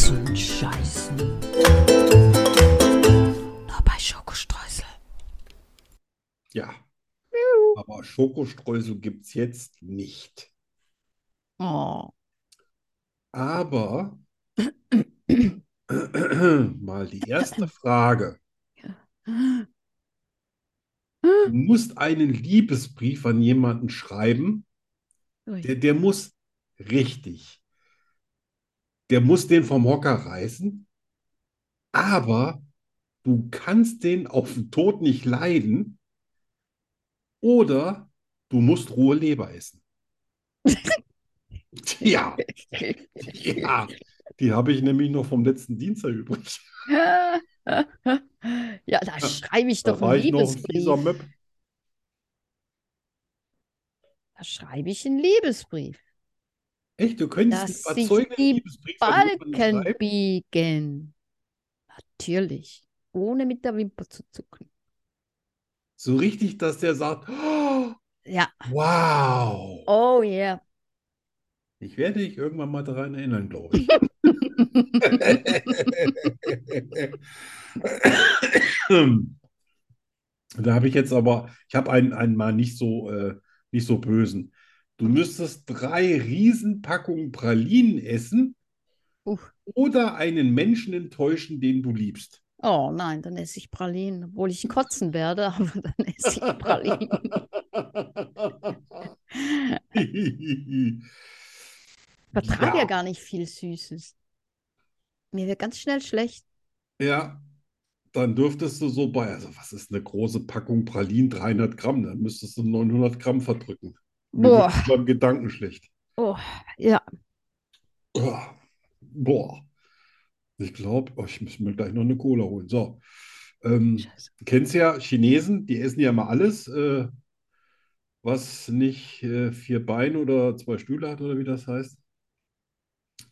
Zum Scheißen. Nur bei Schokostreusel.
Ja. Aber Schokostreusel gibt es jetzt nicht.
Oh. [LAUGHS]
Aber mal die erste Frage. Du musst einen Liebesbrief an jemanden schreiben.
Ui.
Der, der muss richtig. Der muss den vom Hocker reißen. Aber du kannst den auf den Tod nicht leiden. Oder du musst rohe Leber essen. Ja. Ja, die habe ich nämlich noch vom letzten Dienstag übrig.
ja, da schreibe ich
Da
doch
war
einen
ich noch ein
Liebesbrief.
fieser Möpp.
Da schreibe ich einen Liebesbrief.
Echt, du könntest
Dass sich
nicht überzeugen, einen
die
Liebesbrief an jemanden
Balken
schreiben?
biegen. Natürlich. Ohne mit der Wimper zu zucken.
So richtig, dass der sagt, "Oh,
Ja.
wow.
Oh yeah.
Ich werde dich irgendwann mal daran erinnern, glaube ich. Da habe ich jetzt aber, ich habe einen, einen mal nicht so, äh, nicht so bösen. Du müsstest drei Riesenpackungen Pralinen essen
Uff.
oder einen Menschen enttäuschen, den du
[LAUGHS]
liebst. [LAUGHS]
Oh nein, dann esse ich Pralinen, obwohl ich kotzen werde, [LAUGHS] aber dann esse ich Pralinen. Ich vertrage ja
Ja.
gar nicht viel Süßes. Mir wird ganz schnell schlecht. [LAUGHS]
Ja, dann dürftest du so bei, also was ist eine große Packung Pralinen? 300 Gramm, dann müsstest du 900 Gramm verdrücken. Mir wird
Boah.
beim Gedanken schlecht.
Oh, ja.
Oh, boah. Ich glaube, oh, ich muss mir gleich noch eine Cola holen. So. Ähm,
Scheiße.
du kennst ja Chinesen, die essen ja mal alles, äh, was nicht äh, vier Beine oder zwei Stühle hat oder wie das heißt.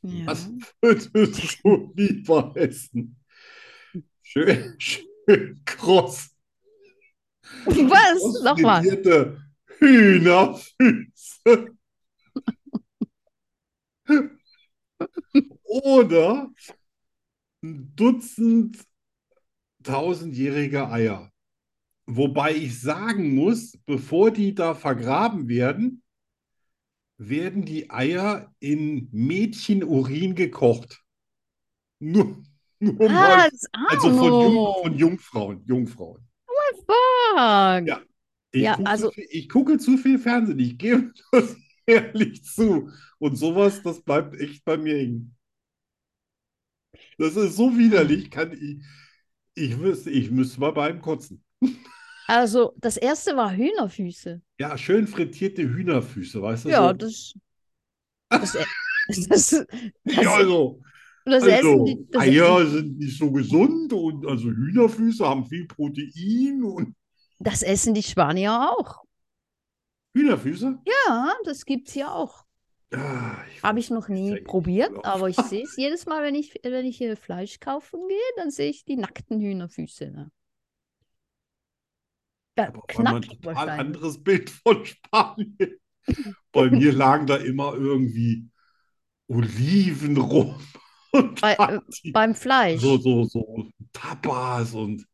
Ja.
Was würdest du lieber essen? Schön, [LAUGHS] schön kross.
Was? Nochmal.
Frittierte Hühnerfüße. Oder ein Dutzend tausendjährige Eier. Wobei ich sagen muss, bevor die da vergraben werden, werden die Eier in Mädchenurin gekocht. Nur, nur
Ah,
mal,
Was?
also von, Jung,
Arno.
von Jungfrauen, Jungfrauen.
Fuck.
Ja. Ich
Ja,
gucke
also-
zu viel, ich gucke zu viel Fernsehen, ich gebe [LAUGHS] das ehrlich zu. Und sowas, das bleibt echt bei mir hängen. Das ist so widerlich, kann ich, ich müsste, ich müsste mal beim Kotzen.
Also, das erste war Hühnerfüße.
Ja, schön frittierte Hühnerfüße, weißt du
Ja,
so?
das. Das, E- [LAUGHS] das, das,
Ja, also,
das
also,
Essen, die, das Essen,
Eier sind nicht so gesund und also Hühnerfüße haben viel Protein und
das essen die Spanier auch.
Hühnerfüße?
Ja, das gibt's hier auch.
Ah, ich
Habe ich noch nie
eigentlich
probiert,
nicht.
aber
[LAUGHS]
ich sehe es jedes Mal, wenn ich, wenn ich hier Fleisch kaufen gehe, dann sehe ich die nackten Hühnerfüße. Ne? Ja,
Aber weil man
knackt
total
wahrscheinlich.
anderes [LAUGHS] Bild von Spanien. Bei mir lagen da immer irgendwie Oliven rum [LAUGHS] und
Bei- äh,
Party.
Beim Fleisch.
so, so, so Tapas und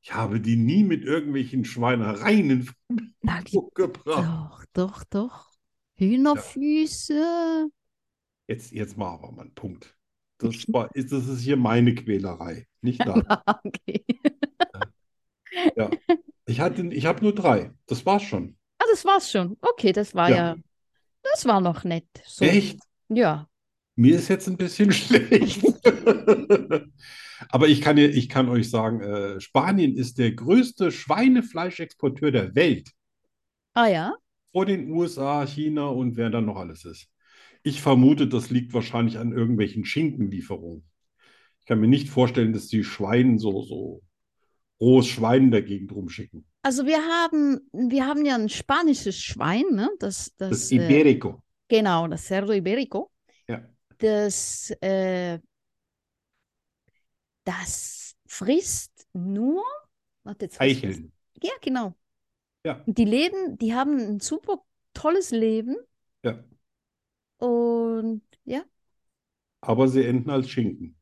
ich habe die nie mit irgendwelchen Schweinereien in
Da gibt-
Verbindung gebracht.
Doch, doch, doch. Hühnerfüße. [LAUGHS]
Jetzt, jetzt mal aber mal einen Punkt. Das war, ist, das ist hier meine Quälerei, nicht
[LAUGHS]
da.
Ah, Okay.
Ich hatte, ich habe nur drei. Das war's schon.
Ah, das war's schon. Okay, das war
Ja.
ja, das war noch nett. So.
Echt?
Ja.
Mir ist jetzt ein bisschen [LAUGHS] schlecht. Aber ich kann, dir- ich kann euch sagen, äh, Spanien ist der größte Schweinefleischexporteur der Welt.
Ah ja,
Vor den USA, China und wer dann noch alles ist. Ich vermute, das liegt wahrscheinlich an irgendwelchen Schinkenlieferungen. Ich kann mir nicht vorstellen, dass die Schweine so, so rohes Schwein dagegen rumschicken.
also wir haben, wir haben ja ein spanisches Schwein, ne? Das,
Das
das, äh,
Iberico.
genau, das Cerdo Iberico.
Ja.
Das, äh, das frisst nur, warte, jetzt weiß ich das-
Eicheln.
Ja, genau.
Ja.
Und Die leben, die haben ein super tolles Leben
Ja.
und ja,
Aber sie enden als Schinken.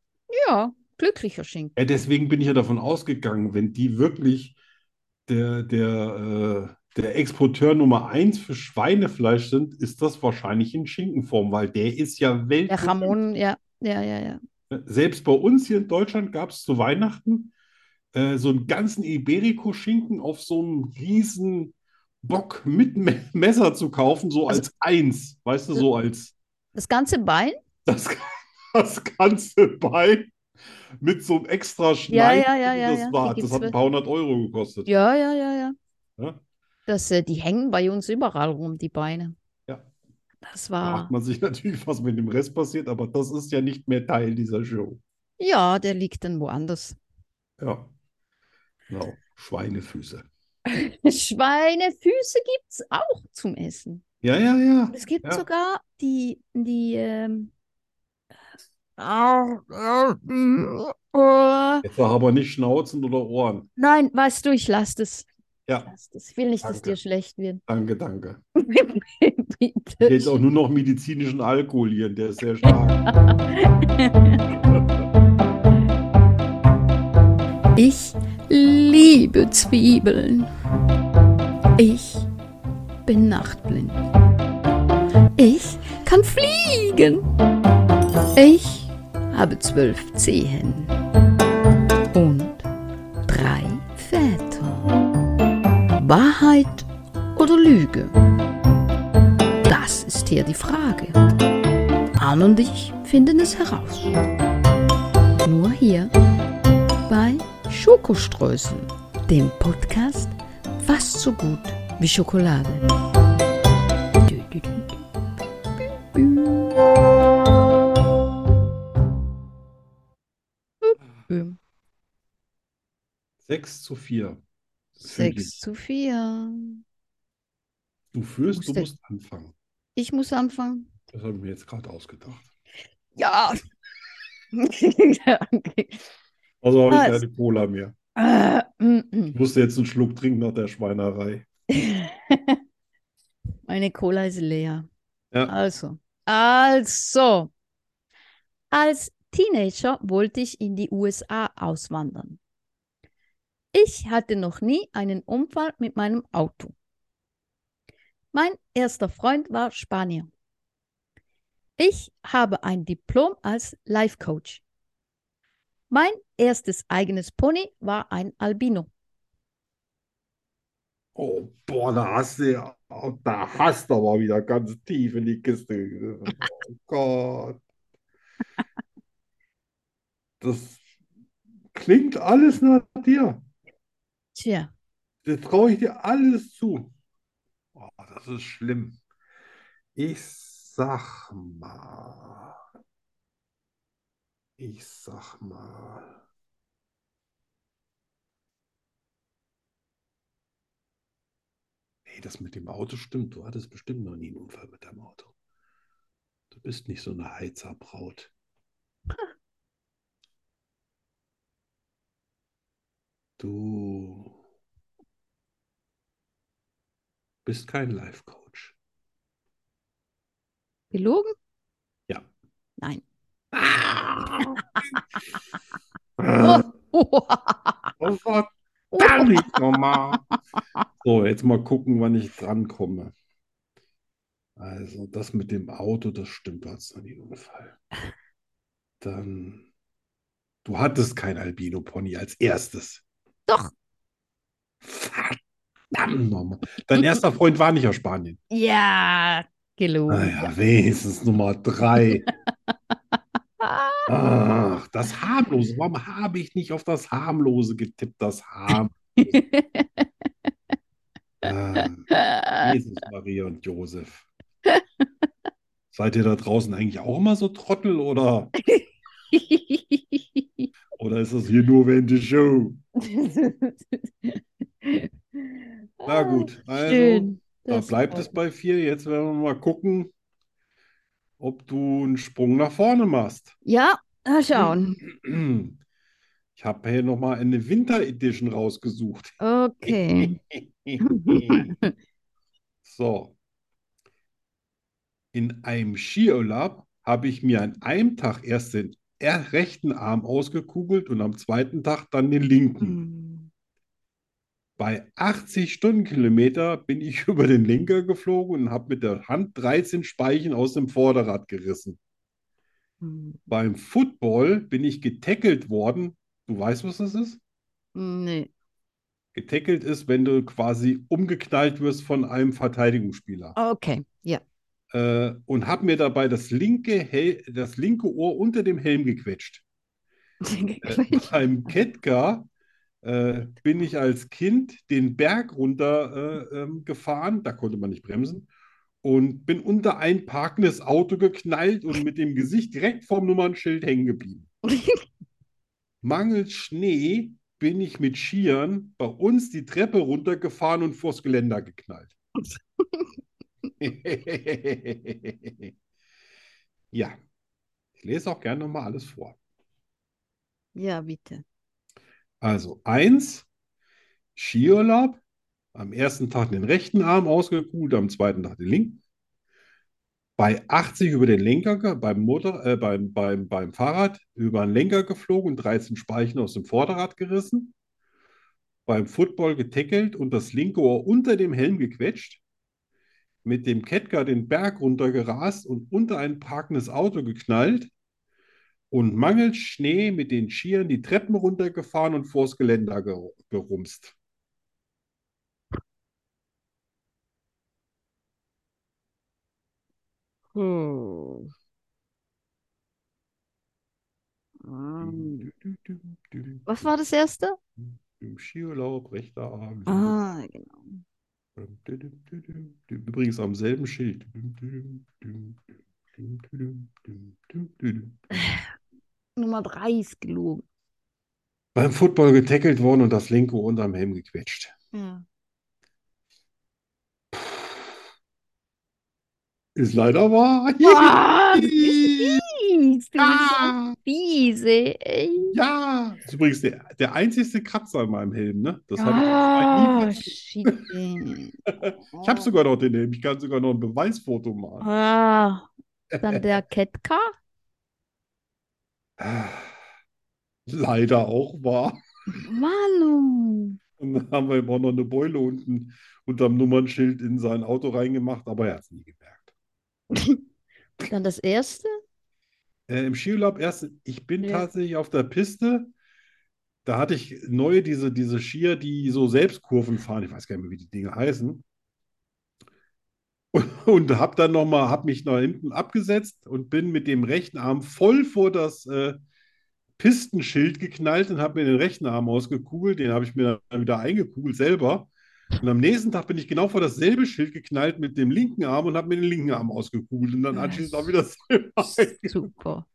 ja, glücklicher Schinken.
Ja, deswegen bin ich ja davon ausgegangen, wenn die wirklich der, der, äh, der Exporteur Nummer eins für Schweinefleisch sind, ist das wahrscheinlich in Schinkenform, weil der ist ja
Der
weltberühmt.
Ramon, ja, ja, ja, ja.
Selbst bei uns hier in Deutschland gab es zu Weihnachten äh, so einen ganzen Iberico-Schinken auf so einem riesen Bock mit Me Messer zu kaufen, so
Also-
als eins, weißt du, so als
Das ganze Bein?
das, das ganze Bein mit so einem extra
Ja,
Schneid.
ja, ja, ja,
das
ja, die
war, das
gibt's
hat ein
wel-
paar hundert Euro gekostet.
Ja, ja, ja, ja.
Ja.
Das, äh, die hängen bei uns überall rum, die Beine.
Ja.
Das
Da
war,
fragt man sich [LAUGHS] natürlich, was mit dem Rest passiert, aber das ist ja nicht mehr Teil dieser Show.
ja, der liegt dann woanders.
Ja. Genau. Schweinefüße.
Schweinefüße gibt's auch zum Essen.
Ja, ja, ja.
Es gibt
Ja.
sogar die, die, ähm, äh,
Jetzt sag aber nicht Schnauzen oder Ohren.
nein, weißt du, ich lass das. Ich
Ja,
lass das. Ich will nicht, dass
Danke.
dir schlecht wird. [LAUGHS]
danke, danke.
Bitte.
Jetzt auch nur noch medizinischen Alkohol hier, der ist sehr stark.
Ich liebe Zwiebeln. Ich bin nachtblind. Ich kann fliegen. Ich habe zwölf Zehen und drei Väter. Wahrheit oder Lüge? Das ist hier die Frage. Arne und ich finden es heraus. Nur hier bei Schokoströßen, dem Podcast fast so gut wie Schokolade. Dü, dü, dü.
Ähm,
6 zu 4. Für
Sechs
dich.
zu vier.
Du führst, du
Musste-
musst anfangen.
Ich muss anfangen.
Das habe ich mir jetzt gerade ausgedacht.
Ja. [LAUGHS]
Also habe ich
Was?
keine Cola mehr.
Äh, mm,
Ich musste jetzt einen Schluck trinken nach der Schweinerei.
mm. Meine Cola ist leer.
Ja.
Also, also, als Teenager wollte ich in die USA auswandern. Ich hatte noch nie einen Unfall mit meinem Auto. Mein erster Freund war Spanier. Ich habe ein Diplom als Life Coach. Mein erstes eigenes Pony war ein Albino.
Oh, boah, da hast du ja, da hast du aber wieder ganz tief in die Kiste. gegriffen. Oh Gott. Das klingt alles nach dir.
Tja,
Das traue ich dir alles zu. Oh, das ist schlimm. Ich sag mal. Ich sag mal. Nee, das mit dem Auto stimmt. Du hattest bestimmt noch nie einen Unfall mit deinem Auto. Du bist nicht so eine Heizerbraut. Du bist kein Life Coach.
gelogen?
Ja.
Nein.
Das war gar nicht normal. So, jetzt mal gucken, wann ich drankomme. Also, das mit dem Auto, das stimmt, du hattest noch nie einen Unfall. Dann, du hattest kein Albino-Pony als erstes.
Doch.
Verdammt nochmal. Dein erster Freund war nicht aus Spanien.
Ja, gelogen. [LAUGHS]
Naja, wenigstens Nummer drei. Ach, das Harmlose. Warum habe ich nicht auf das Harmlose getippt? Das
[LAUGHS]
Harm. Ah, Jesus, Maria und Josef. Seid ihr da draußen eigentlich auch immer so Trottel oder,
[LAUGHS]
oder ist das hier nur während der Show? Na gut, also,
Ah, Schön.
da
Das
bleibt es
freut
bei vier. Jetzt werden wir mal gucken, ob du einen Sprung nach vorne machst.
mich. Ja, mal schauen.
Ich habe hier nochmal eine Winter Edition
[LAUGHS]
rausgesucht.
Okay.
So. In einem Skiurlaub habe ich mir an einem Tag erst den er- rechten Arm ausgekugelt und am zweiten Tag dann den linken.
Mhm.
Hm.
Bei 80 Stundenkilometer bin ich [LAUGHS] über den Lenker geflogen und habe mit der Hand 13 Speichen aus dem Vorderrad gerissen.
Hm.
Beim Football bin ich getackelt worden. Du weißt, was das ist?
Nee.
Getackelt ist, wenn du quasi umgeknallt wirst von einem Verteidigungsspieler.
Okay, ja.
äh, und habe mir dabei das linke, Hel das linke Ohr unter dem Helm gequetscht. Äh, [LAUGHS] beim Ketka äh, bin ich als Kind den Berg runter äh, ähm, gefahren, da konnte man nicht bremsen, und bin unter ein parkendes Auto geknallt und mit dem Gesicht direkt vorm Nummernschild hängen geblieben. Mangels Schnee bin ich mit Skiern bei uns die Treppe runtergefahren und vors Geländer geknallt. [LAUGHS] ja, ich lese auch gerne nochmal alles vor.
ja, bitte.
Also eins, Skiurlaub, am ersten Tag den rechten Arm ausgekugelt, am zweiten Tag den linken. Bei 80 über den Lenker, ge- beim, Motor, äh, beim, beim, beim Fahrrad über den Lenker geflogen und 13 Speichen aus dem Vorderrad gerissen. Beim Football getackelt und das linke Ohr unter dem Helm gequetscht. Mit dem Ketka den Berg runtergerast und unter ein parkendes Auto geknallt und mangels Schnee mit den Skiern die Treppen runtergefahren und vors Geländer ge- gerumst.
Hm. Ähm, Was war das erste?
Im Skiurlaub, rechter Arm.
Ah, genau.
Übrigens am selben Schild.
Nummer drei ist gelogen.
Beim Football getackelt worden und das linke Ohr unterm Helm gequetscht.
Ja.
Ist leider wahr.
Ah, das ist fies. Du bist so
Ja,
fies, ey.
ja. Das ist übrigens der, der einzigste Kratzer an meinem Helm, ne? Das habe ich
Ah,
nie
shit. ey.
Ich habe sogar noch den Helm. Ich kann sogar noch ein Beweisfoto machen.
Ah, dann
[LAUGHS]
der Ketka? Ah.
Leider auch wahr.
Manu.
Und dann haben wir ihm auch noch eine Beule unten unterm Nummernschild in sein Auto reingemacht, aber er hat es nie gemerkt.
Dann das erste?
Äh, Im Skiurlaub erst, ich bin
Ja.
tatsächlich auf der Piste. Da hatte ich neue, diese, diese Skier, die so Selbstkurven fahren. Ich weiß gar nicht mehr, wie die Dinge heißen. [LAUGHS] Und, und habe dann nochmal, habe mich nach hinten abgesetzt und bin mit dem rechten Arm voll vor das äh, Pistenschild geknallt und habe mir den rechten Arm ausgekugelt. Den habe ich mir dann wieder eingekugelt selber. Und am nächsten Tag bin ich genau vor dasselbe Schild geknallt mit dem linken Arm und habe mir den linken Arm ausgekugelt. Und dann anschließend auch wieder selber.
Super.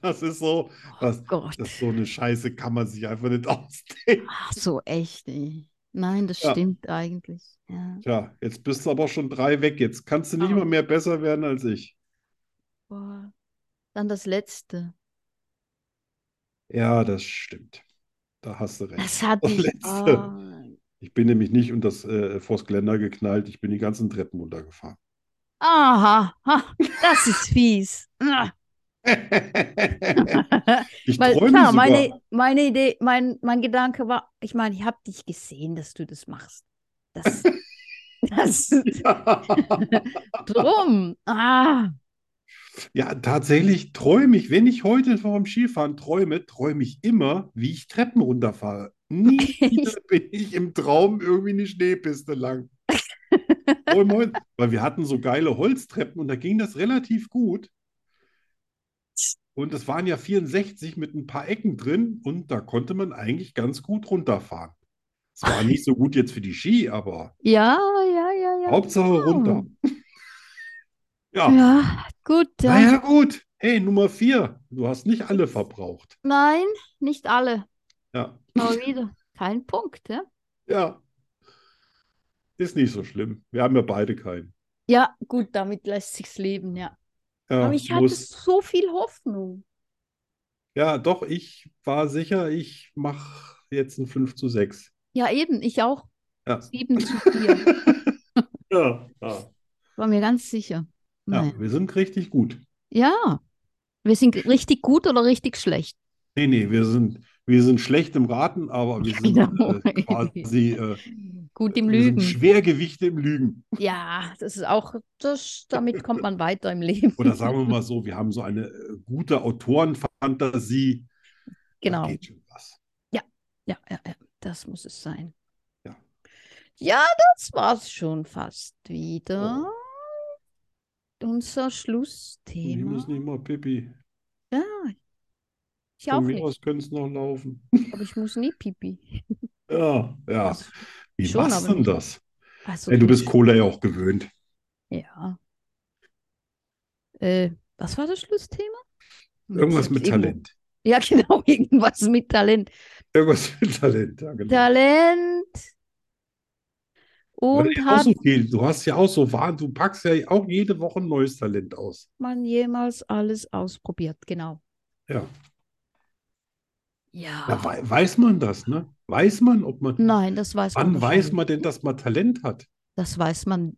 Das ist so, das,
Oh Gott. Ah.
das ist so eine Scheiße kann man sich einfach nicht [LAUGHS] ausdenken.
Ach so, echt, ey. Nein, das
Ja.
stimmt eigentlich. Ja.
Tja, jetzt bist du aber schon drei weg. Jetzt kannst du nicht
Ah.
mal mehr besser werden als ich.
Boah. Dann das letzte.
Ja, das stimmt. Da hast du recht.
Das
[LAUGHS]
hatte
Das
ich.
letzte.
Ah.
Ich bin nämlich nicht unter das äh, vors Geländer geknallt. Ich bin die ganzen Treppen runtergefahren. [LAUGHS]
Aha, ha, das ist fies. Ah.
Ich
Weil
träume
klar,
sogar.
meine, meine Idee, mein, mein Gedanke war, ich meine, ich habe dich gesehen, dass du das machst.
[LAUGHS]
Das, das drum. Ah,
Ja, tatsächlich träume ich, wenn ich heute vom Skifahren träume, träume ich immer, wie ich Treppen runterfahre. Nie wieder bin ich im Traum irgendwie eine Schneepiste lang. Träume heute, weil wir hatten so geile Holztreppen und da ging das relativ gut. Und es waren ja 64 mit ein paar Ecken drin und da konnte man eigentlich ganz gut runterfahren. Es war nicht so gut jetzt für die Ski, aber
Ja, ja, ja, ja.
Hauptsache runter. Ja,
Ja, gut. ja.
naja, gut. Hey, Nummer vier. Du hast nicht alle verbraucht.
Nein, nicht alle.
Ja,
Mal wieder. Kein Punkt, ja?
ja. Ist nicht so schlimm. Wir haben ja beide keinen.
Ja, gut, damit lässt sich's leben, ja.
Ja,
Aber ich hatte
muss.
so viel Hoffnung.
Ja, doch, ich war sicher, ich mache jetzt ein 5 zu 6.
Ja, eben, ich auch.
Ja.
7 zu 4.
[LAUGHS] Ja, ja.
War mir ganz sicher. Naja.
Ja, wir sind richtig gut.
Ja. Wir sind richtig gut oder richtig schlecht.
Nee, nee, wir sind, wir sind schlecht im Raten, aber wir sind
Genau. [LAUGHS]
äh, quasi äh,
Gut im
wir sind
Lügen.
Schwergewichte im Lügen.
Ja, das ist auch, das, damit kommt man weiter im Leben.
Oder sagen wir mal so, wir haben so eine äh, gute Autorenfantasie. Da
[LAUGHS] Genau.
geht schon was.
Ja, ja, ja, das muss es sein.
Ja.
Ja, das war's schon fast wieder.
Oh.
Unser
Und ich
Schlussthema.
muss nicht mal Pipi.
Ja. Ich auch
Von mir
nicht,
aus können es noch laufen.
aber ich muss nie pipi.
Ja, ja. Wie
Schon,
machst
aber
denn
nicht.
das?
Also,
Ey, du
ich-
bist Cola ja auch gewöhnt.
Ja. Äh, was war das Schlussthema?
Irgendwas mit
Irgendwo-
Talent.
Ja, genau, [LAUGHS] irgendwas mit Talent.
Irgendwas [LAUGHS] mit Talent, ja, genau.
Talent
Weil
und
ich auch
hat
so viel, du hast ja auch so Wahn, du packst ja auch jede Woche ein neues Talent aus.
man jemals alles ausprobiert, genau.
Ja. Ja,
Ja.
wei- weiß man das, ne? Weiß man, ob man,
Nein, das weiß man
Mhm. wann weiß
wahrscheinlich
man denn,
nicht.
dass man Talent hat?
Das weiß man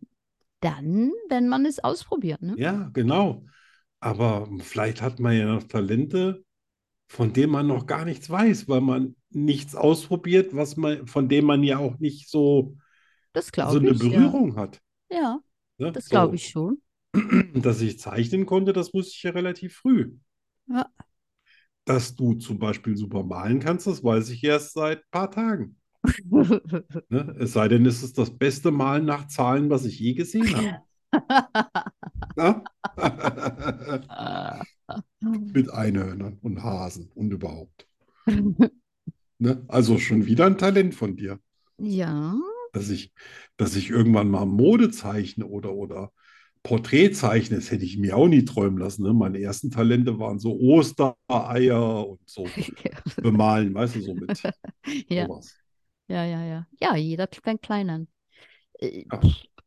dann, wenn man es ausprobiert, ne?
Ja, genau. Aber vielleicht hat man ja noch Talente, von denen man noch gar nichts weiß, weil man nichts ausprobiert, was man, von dem man ja auch nicht so,
Das
so
glaube
eine
ich.
Berührung hat.
Ja, ja
Ne?
das
So.
glaube ich schon. [LAUGHS]
Dass ich zeichnen konnte, das wusste ich ja relativ früh.
Ja.
Dass du zum Beispiel super malen kannst, das weiß ich erst seit ein paar Tagen. Ne? Es sei denn, es ist das beste Malen nach Zahlen, was ich je gesehen habe. Ja? Mit Einhörnern und Hasen und überhaupt. Ne? Also schon wieder ein Talent von dir,
ja,
dass ich, dass ich irgendwann mal Mode zeichne oder, oder Porträt zeichne, das hätte ich mir auch nie träumen lassen. Ne? Meine ersten Talente waren so Ostereier und so bemalen, weißt du, so mit
ja.
sowas.
Ja, ja, ja. Ja, jeder fängt klein an. Äh,
Ja.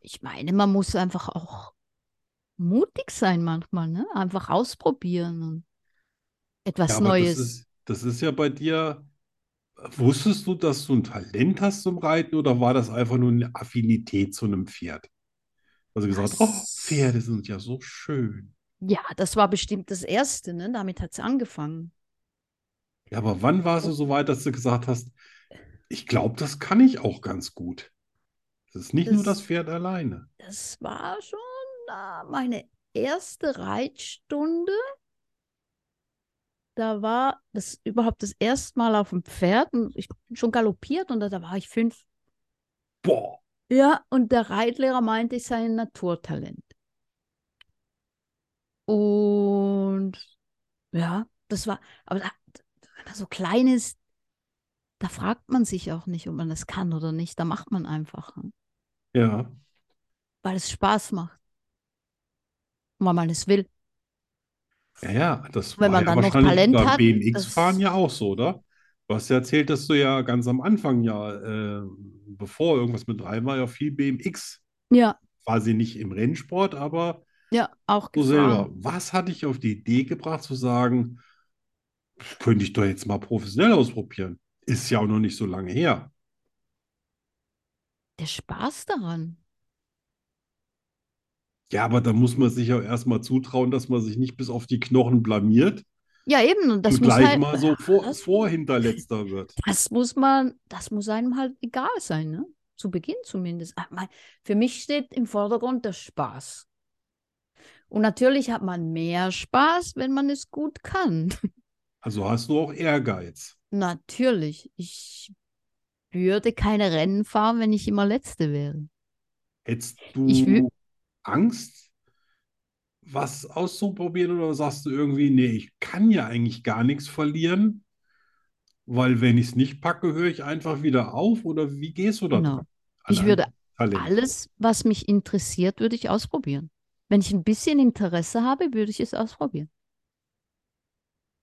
Ich meine, man muss einfach auch mutig sein manchmal, ne? Einfach ausprobieren und etwas
Ja, aber das
Neues.
ist, das ist ja bei dir. Wusstest du, dass du ein Talent hast zum Reiten oder war das einfach nur eine Affinität zu einem Pferd? Also gesagt, oh, Pferde sind ja so schön.
Ja, das war bestimmt das Erste, ne? Damit hat es angefangen.
Ja, aber wann warst du so weit, dass du gesagt hast, ich glaube, das kann ich auch ganz gut? Es ist nicht nur
Das-
das Pferd alleine.
Das war schon äh, meine erste Reitstunde. Da war das überhaupt das erste Mal auf dem Pferd und ich bin schon galoppiert und da, da war ich fünf.
Boah,
Ja, und der Reitlehrer meinte, ich sei ein Naturtalent. Und ja, das war, aber da, wenn man so klein ist, da fragt man sich auch nicht, ob man das kann oder nicht. Da macht man einfach, ne?
ja.
weil es Spaß macht. Und weil man es will.
Ja, ja, das
Wenn
war
man
ja
dann noch
wahrscheinlich
Talent
beim
hat,
BMX-Fahren
das-
ja auch so, oder? Du hast ja erzählt, dass du ja ganz am Anfang ja, äh, bevor irgendwas mit rein war, ja viel BMX,
Ja,
quasi nicht im Rennsport, aber
ja, auch
so selber.
gefahren.
Was hat dich auf die Idee gebracht zu sagen, das könnte ich doch jetzt mal professionell ausprobieren? Ist ja auch noch nicht so lange her.
Der Spaß daran.
Ja, aber da muss man sich ja erstmal zutrauen, dass man sich nicht bis auf die Knochen blamiert
Ja, eben, und das
und
muss
gleich
halt,
mal so
ja,
vor,
das,
vorhinterletzter wird.
das muss man, das muss einem halt egal sein, ne? Zu Beginn zumindest. Ah, mein- Für mich steht im Vordergrund der Spaß. Und natürlich hat man mehr Spaß, wenn man es gut kann.
Also hast du auch Ehrgeiz.
Natürlich. Ich würde keine Rennen fahren, wenn ich immer Letzte wäre.
Hättest
Ich wü-
du Angst, was auszuprobieren oder sagst du irgendwie, nee, ich kann ja eigentlich gar nichts verlieren, weil wenn ich es nicht packe, höre ich einfach wieder auf oder wie gehst du da
Genau.
dran?
Ich
Allein
würde
Talent.
Alles, was mich interessiert, würde ich ausprobieren. Wenn ich ein bisschen Interesse habe, würde ich es ausprobieren.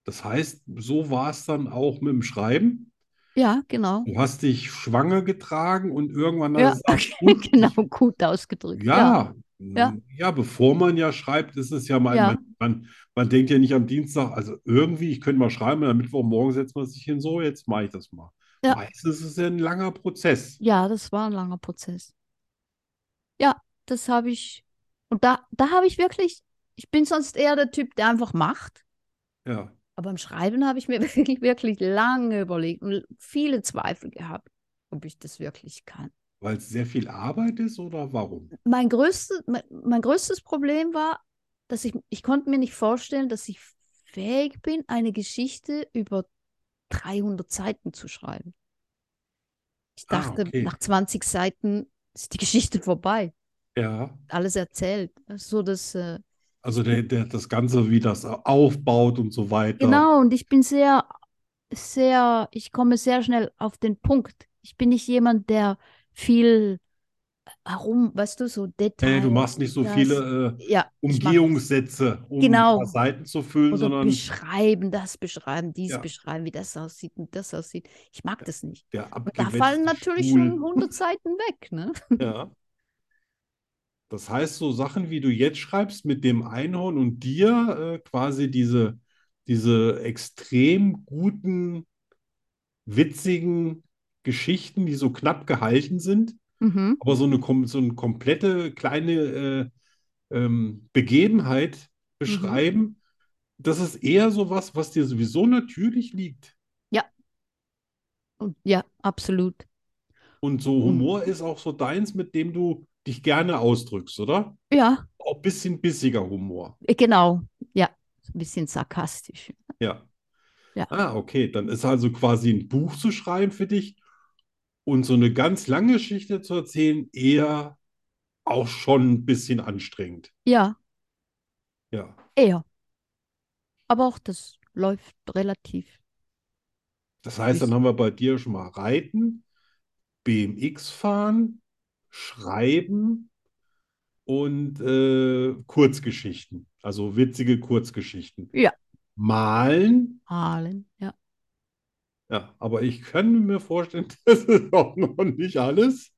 Das heißt, so war es dann auch mit dem Schreiben.
Ja,
[LAUGHS]
genau.
Du hast dich schwanger getragen und irgendwann
Ja,
hast du gesagt,
[LAUGHS]
gut, ich-
Genau, gut ausgedrückt.
Ja,
Ja.
m, ja, bevor man ja schreibt, ist es ja mal,
Ja.
Man, man, man denkt ja nicht am Dienstag, also irgendwie, ich könnte mal schreiben und am Mittwochmorgen setzt man sich hin, so, jetzt mache ich das mal.
Ja.
Meistens ist es ja ein langer Prozess.
Ja, das war ein langer Prozess. Ja, das habe ich. Und da, da habe ich wirklich, ich bin sonst eher der Typ, der einfach macht.
Ja.
Aber im Schreiben habe ich mir [LAUGHS] wirklich, wirklich lange überlegt und viele Zweifel gehabt, ob ich das wirklich kann.
Weil es sehr viel Arbeit ist oder warum?
Mein größtes, mein, mein größtes Problem war, dass ich, ich konnte mir nicht vorstellen, dass ich fähig bin, eine Geschichte über 300 Seiten zu schreiben. Ich
Ah,
dachte,
okay.
nach 20 Seiten ist die Geschichte vorbei.
Ja,
alles erzählt. So das äh,
also der, der, das Ganze, wie das aufbaut und so weiter.
genau. Und ich bin sehr, sehr, ich komme sehr schnell auf den Punkt. Ich bin nicht jemand, der viel herum, weißt du, so
Hey,
Detail.
du machst nicht so
das-
viele äh,
ja, ich mach-
Umgehungssätze, um ein
Genau.
paar Seiten zu füllen,
oder
sondern
beschreiben, das beschreiben, dies
Ja.
beschreiben, wie das aussieht und das aussieht. Ich mag das nicht.
der
Und da fallen
abgewetzte
natürlich
Stuhl.
schon 100 Seiten weg, ne?
Ja. Das heißt, so Sachen, wie du jetzt schreibst mit dem Einhorn und dir, äh, quasi diese, diese extrem guten, witzigen Geschichten, die so knapp gehalten sind,
Mhm.
aber so eine, kom- so eine komplette kleine äh, ähm, Begebenheit beschreiben, das ist eher so was, was dir sowieso natürlich liegt.
Und ja, absolut.
Und
Mhm.
so Humor ist auch so deins, mit dem du dich gerne ausdrückst, oder?
Ja,
Auch ein bisschen bissiger Humor.
äh, genau. Ja, ein bisschen sarkastisch.
Ja.
Ja.
Ah, okay. Dann ist also quasi ein Buch zu schreiben für dich und so eine ganz lange Geschichte zu erzählen, eher auch schon ein bisschen anstrengend.
Ja,
Ja.
eher. Aber auch das läuft relativ
Das heißt, dann haben wir bei dir schon mal Reiten, BMX fahren, Schreiben und äh, Kurzgeschichten. Also witzige Kurzgeschichten.
Ja.
Malen.
Malen, ja.
Ja, aber ich kann mir vorstellen, [LAUGHS] das ist auch noch nicht alles.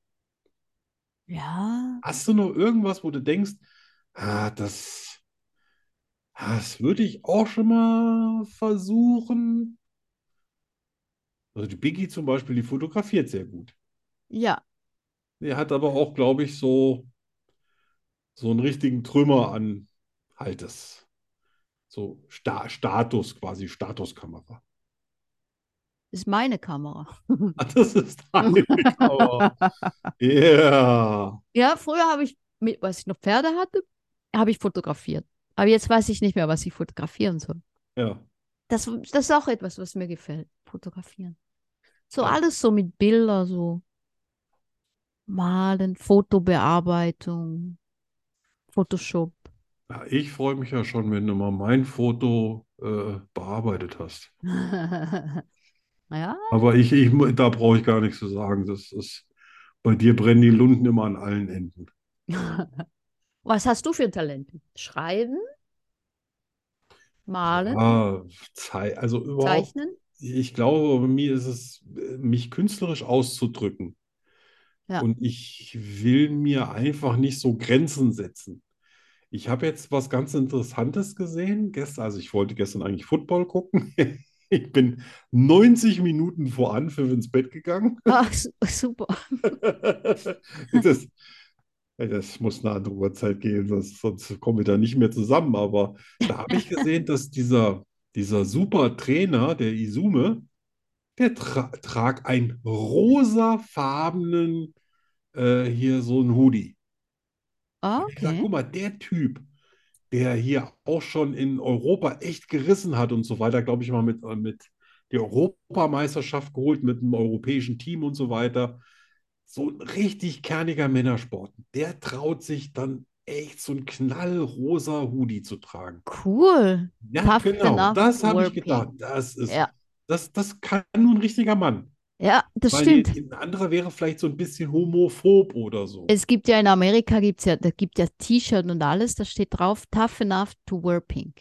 Ja,
Hast du noch irgendwas, wo du denkst, ah, das, ah, das würde ich auch schon mal versuchen? Also die Biggie zum Beispiel, die fotografiert sehr gut.
ja,
Die hat aber auch, glaube ich, so, so einen richtigen Trümmer an Haltes. So Sta Status quasi, Statuskamera.
ist meine Kamera.
Ah, [LAUGHS] das ist deine Kamera. Yeah.
Ja, früher habe ich, mit, als ich noch Pferde hatte, habe ich fotografiert. Aber jetzt weiß ich nicht mehr, was ich fotografieren soll.
Ja.
Das, das ist auch etwas, was mir gefällt, fotografieren. So
Ja.
alles so mit Bilder, so Malen, Fotobearbeitung, Photoshop.
[LAUGHS]
Ja, ich freue mich ja schon, wenn du mal mein Foto äh, bearbeitet hast.
Ja,
Aber ich, ich, mu- da brauche ich gar nichts zu sagen. Das ist, bei dir brennen die Lunden immer an allen Enden.
was hast du für Talente? Schreiben, malen,
Ja, Zei also überhaupt,
zeichnen?
ich glaube, bei mir ist es, äh, mich künstlerisch auszudrücken.
Ja.
Und ich will mir einfach nicht so Grenzen setzen. Ich habe jetzt was ganz Interessantes gesehen gestern. Also ich wollte gestern eigentlich Football gucken. [LAUGHS] Ich bin 90 Minuten vor Anpfiff ins Bett gegangen.
Ah, su- super.
[LAUGHS] Das, das muss eine andere Uhrzeit gehen, sonst, sonst kommen wir da nicht mehr zusammen. Aber da habe ich gesehen, dass dieser, dieser super Trainer, der Izume, der tra trag einen rosafarbenen, äh, hier so einen Hoodie.
Ah,
Und Ich sage,
okay.
guck mal, der Typ, der hier auch schon in Europa echt gerissen hat und so weiter, glaube ich mal, mit, äh, mit die Europameisterschaft geholt, mit einem europäischen Team und so weiter. So ein richtig kerniger Männersport. Der traut sich dann echt so ein knallrosa Hoodie zu tragen.
Cool.
Ja,
Puffed
genau,
enough
das habe ich
working.
gedacht. Das ist,
Ja.
das, das kann nur ein richtiger Mann.
Ja, das
Weil
stimmt.
ein anderer wäre vielleicht so ein bisschen homophob oder so.
Es gibt ja in Amerika gibt's ja, da gibt ja T-Shirt und alles, da steht drauf, tough enough to wear pink.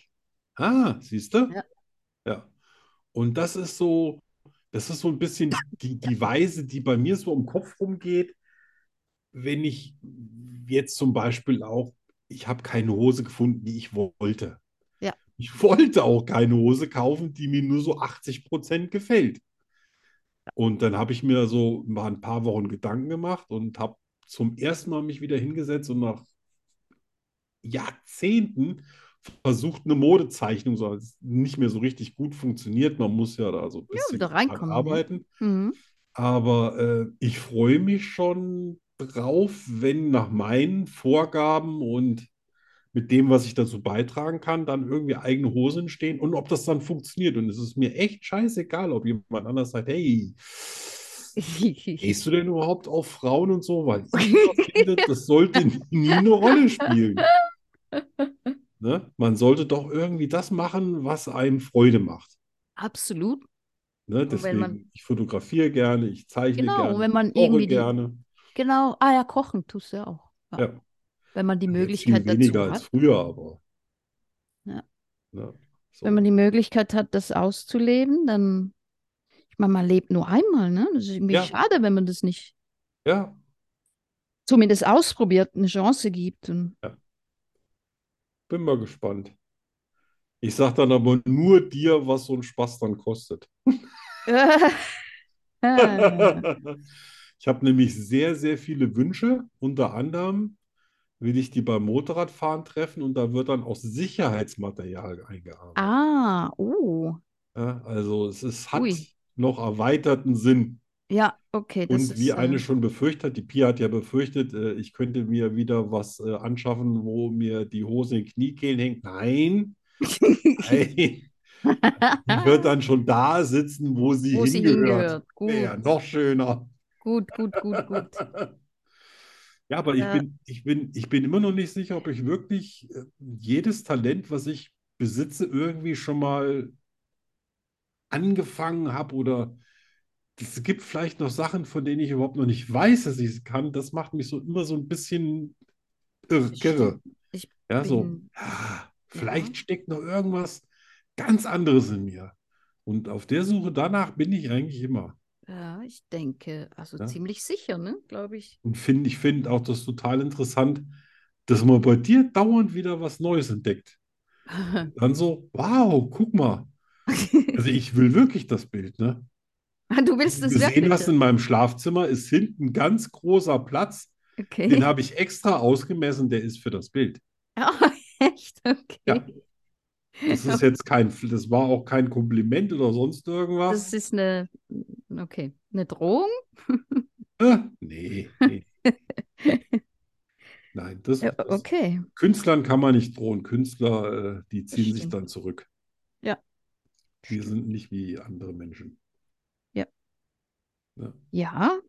Ah, siehst du?
Ja.
Ja. Und das ist so, das ist so ein bisschen die, die Weise, die bei mir so im Kopf rumgeht, wenn ich jetzt zum Beispiel auch, ich habe keine Hose gefunden, die ich wollte.
Ja.
Ich wollte auch keine Hose kaufen, die mir nur so 80 Prozent gefällt. Und dann habe ich mir so mal ein paar Wochen Gedanken gemacht und habe zum ersten Mal mich wieder hingesetzt und nach Jahrzehnten versucht, eine Modezeichnung, so als nicht mehr so richtig gut funktioniert. Man muss ja da so ein bisschen
da
dran
reinkommen, ne?
arbeiten.
Mhm.
Aber äh, ich freue mich schon drauf, wenn nach meinen Vorgaben und mit dem, was ich dazu beitragen kann, dann irgendwie eigene Hosen stehen und ob das dann funktioniert. Und es ist mir echt scheißegal, ob jemand anders sagt, hey, Gehst du denn überhaupt auf Frauen und so? Weil
[LAUGHS]
ich finde, das sollte nie eine Rolle spielen. Ne? Man sollte doch irgendwie das machen, was einem Freude macht.
Absolut.
Ne?
Und Genau, wenn
Deswegen,
man-
ich fotografiere gerne, ich zeichne
Genau,
gerne,
wenn man
ich koche
irgendwie die-
gerne.
Genau. Ah ja, kochen tust du ja auch. Ja.
Ja.
Wenn man die
Jetzt viel
Möglichkeit dazu
weniger als
hat.
früher, aber.
Ja.
Ne? So.
Wenn man die Möglichkeit hat, das auszuleben, dann, ich meine, man lebt nur einmal, ne? Das ist irgendwie
Ja.
schade, wenn man das nicht
Ja,
zumindest ausprobiert, eine Chance gibt. Und [LAUGHS]
bin mal gespannt. Ich sag dann aber nur dir, was so ein Spaß dann kostet.
Ah.
Ich habe nämlich sehr, sehr viele Wünsche. Unter anderem will ich die beim Motorradfahren treffen und da wird dann auch Sicherheitsmaterial eingearbeitet.
ah, oh.
Ja, also es ist, hat
Ui.
noch erweiterten Sinn.
Ja, okay, das
Und wie
ist,
eine
äh,
schon befürchtet, die Pia hat ja befürchtet, äh, ich könnte mir wieder was äh, anschaffen, wo mir die Hose in den Kniekehlen
[LAUGHS]
hängt. Nein, nein. Die wird dann schon da sitzen, wo sie
wo sie
hingehört.
hingehört. Gut,
Wäre ja noch schöner.
gut, gut, gut,
[LAUGHS]
gut.
Ja, aber ich
Ja.
bin, ich bin, ich bin immer noch nicht sicher, ob ich wirklich äh, jedes Talent, was ich besitze, irgendwie schon mal angefangen habe oder es gibt vielleicht noch Sachen, von denen ich überhaupt noch nicht weiß, dass ich es kann. Das macht mich so immer so ein bisschen irre,
Das
kirre.
Ich
Ja, so,
bin-
ah, vielleicht steckt noch irgendwas ganz anderes in mir. Und auf der Suche danach bin ich eigentlich immer.
Ja, ich denke, also
Ja.
ziemlich sicher, ne, glaube ich. [LAUGHS]
Und finde, ich finde auch das total interessant, dass man bei dir dauernd wieder was Neues entdeckt. Dann so, wow,
[LAUGHS]
guck mal. Also ich will wirklich das Bild, ne?
Du willst es
Gesehen
wirklich.
hast in meinem Schlafzimmer ist hinten ein ganz großer Platz. Den
Okay.
habe ich extra ausgemessen, der ist für das Bild.
Ah, [LAUGHS] echt? Okay.
Ja. Das
[LAUGHS]
ist jetzt kein, das war auch kein Kompliment oder sonst irgendwas.
Das ist eine, okay, eine Drohung?
Äh, nee,
[LAUGHS]
nee. Nein, das,
Ja,
das
okay.
Künstlern kann man nicht drohen. Künstler, äh, die ziehen sich
stimmt.
dann zurück.
Ja.
Die sind nicht wie andere Menschen.
Ja,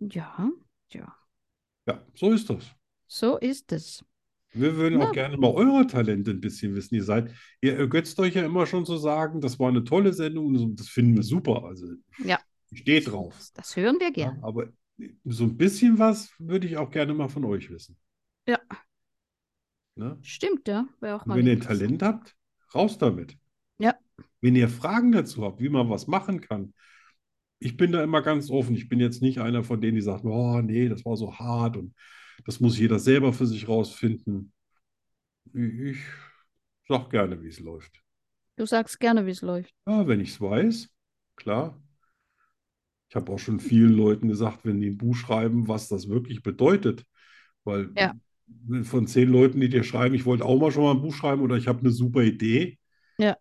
ja, ja.
Ja, so ist das.
So ist es.
Wir würden auch
Na.
gerne mal eure Talente ein bisschen wissen. Ihr seid, ihr ergötzt euch ja immer schon zu sagen, das war eine tolle Sendung und so, das finden wir super. Also
Ja.
steht drauf.
Das, das hören wir
Ja,
gern.
aber so ein bisschen was würde ich auch gerne mal von euch wissen.
Ja.
Ne?
Stimmt, ja. Wäre auch
Und
mal
wenn ihr ein
interessant.
Talent habt, raus damit.
Ja.
Wenn ihr Fragen dazu habt, wie man was machen kann, ich bin da immer ganz offen. Ich bin jetzt nicht einer von denen, die sagt, oh nee, das war so hart und das muss jeder selber für sich rausfinden. Ich sag gerne, wie es läuft.
Du sagst gerne, wie es läuft.
Ja, wenn ich es weiß, klar. Ich habe auch schon vielen Leuten gesagt, wenn die ein Buch schreiben, was das wirklich bedeutet. Weil
Ja.
von zehn Leuten, die dir schreiben, ich wollte auch mal schon mal ein Buch schreiben oder ich habe eine super Idee,
Ja.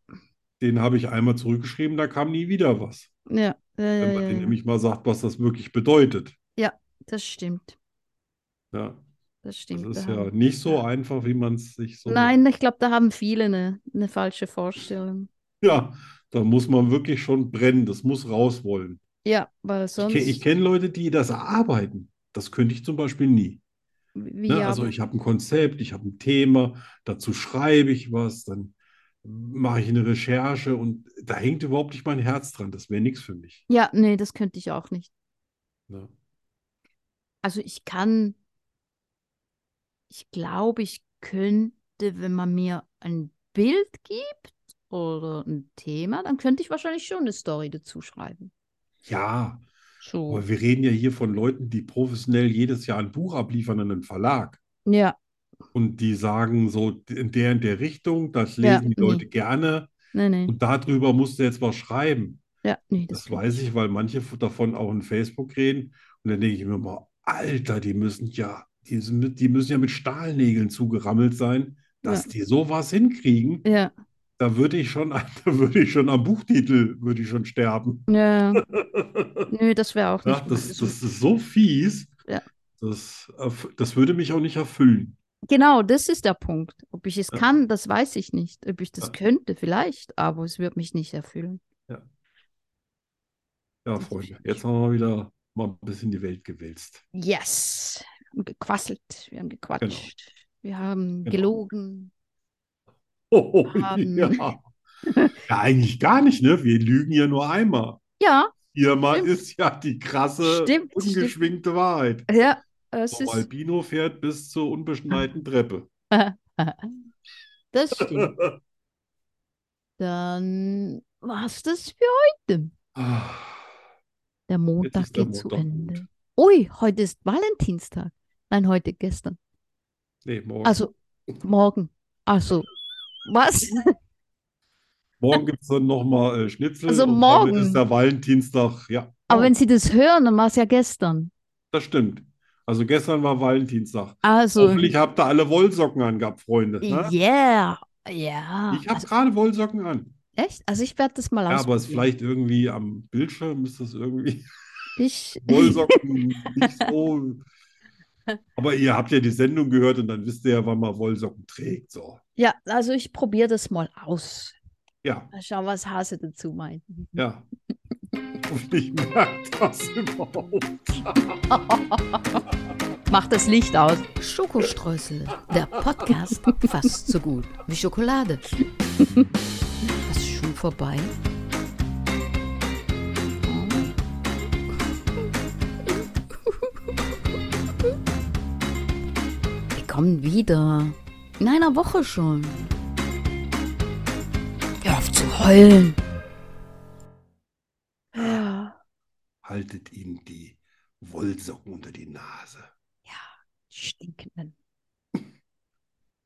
den habe ich einmal zurückgeschrieben, da kam nie wieder was.
Ja, ja, ja,
Wenn man
ja,
denen
ja.
nämlich mal sagt, was das wirklich bedeutet.
Das stimmt.
Ja,
Das
das
stimmt.
ist
da
ja
haben-
nicht so einfach, wie man es sich so.
Nein, ich glaube, da haben viele eine, eine falsche Vorstellung.
Ja, da muss man wirklich schon brennen, das muss raus wollen.
Ja, weil
Ich, ke-
sonst.
ich kenne Leute, die das erarbeiten. Das könnte ich zum Beispiel nie.
Wie,
Ne?
ja,
Also
aber-
ich habe ein Konzept, ich habe ein Thema, dazu schreibe ich was, dann mache ich eine Recherche und da hängt überhaupt nicht mein Herz dran. Das wäre nichts für mich.
ja, nee, das könnte ich auch nicht.
Ne?
Also ich kann, ich glaube, ich
[LAUGHS]
könnte, wenn man mir ein Bild gibt oder ein Thema, dann könnte ich wahrscheinlich schon eine Story dazu schreiben.
Ja,
So.
aber wir reden ja hier von Leuten, die professionell jedes Jahr ein Buch abliefern an einen Verlag.
Ja,
Und die sagen so in der in der Richtung, das
Ja, mhm.
lesen die
nee.
Leute gerne
nee, nee.
und darüber musst du jetzt was schreiben.
Ja, nee, das
Das
kann
weiß ich, weil manche f- davon auch in Facebook reden. Und dann denke ich mir mal, Alter, die müssen ja, die, sind mit- die müssen ja mit Stahlnägeln zugerammelt sein, dass die sowas hinkriegen.
Ja,
Da würde ich schon, [LAUGHS] an- da würde ich schon am Buchtitel, würde ich
[LAUGHS]
schon sterben.
ja, nö, das wäre auch
Ja,
nicht.
das,
meins.
das ist so fies.
Ja.
Das, erf- das würde mich auch nicht erfüllen.
Genau, das ist der Punkt. Ob ich es
Ja.
kann, das weiß ich nicht. Ob ich das
Ja.
könnte, vielleicht, aber es wird mich nicht erfüllen.
Ja,
Das
Freunde,
verstehe ich.
jetzt haben wir wieder mal ein bisschen die Welt gewälzt.
Yes. Wir haben gequasselt, wir haben gequatscht, wir haben
Genau.
gelogen.
Oh,
Haben-
[LAUGHS] ja. Ja, eigentlich gar nicht, ne? Wir lügen ja nur einmal.
Ja,
Viermal
Stimmt.
ist ja die krasse,
Stimmt, stimmt.
ungeschminkte Wahrheit.
ja, es
Vom
ist,
Albino fährt bis zur
[LAUGHS]
unbeschneiten Treppe.
das stimmt. Dann war's das für heute.
Ah,
Der Montag
ist der
geht zu
Montag
Ende.
gut.
Ui, heute ist Valentinstag. Nein, heute, gestern.
nee, morgen.
Also, morgen.
[LAUGHS]
Also, was?
Morgen gibt es dann nochmal äh, Schnitzel.
Also
und
morgen.
Damit ist der Valentinstag. Ja,
Aber
morgen.
wenn Sie das hören, dann war es ja gestern.
das stimmt. Also gestern war Valentinstag.
Also,
Hoffentlich habt ihr alle Wollsocken angehabt, Freunde. Ne?
yeah, ja.
Ich habe
Also,
gerade Wollsocken an.
echt? Also, ich werde das mal
Ja, aber es
ausprobieren.
vielleicht irgendwie am Bildschirm ist das irgendwie.
Ich,
Wollsocken nicht so. Aber ihr habt ja die Sendung gehört und dann wisst ihr ja, wann man Wollsocken trägt. So.
ja, also ich probiere das mal aus.
Ja,
Mal schauen, was Hase dazu meint.
ja. Hoffentlich merkt das überhaupt.
Mach das Licht aus.
Schokostreusel, der Podcast fast so gut wie Schokolade. Was ist schon vorbei? Wir kommen wieder. In einer Woche schon. Hör auf zu heulen.
Ja.
Haltet ihnen die Wollsocken unter die Nase.
Stinkenden.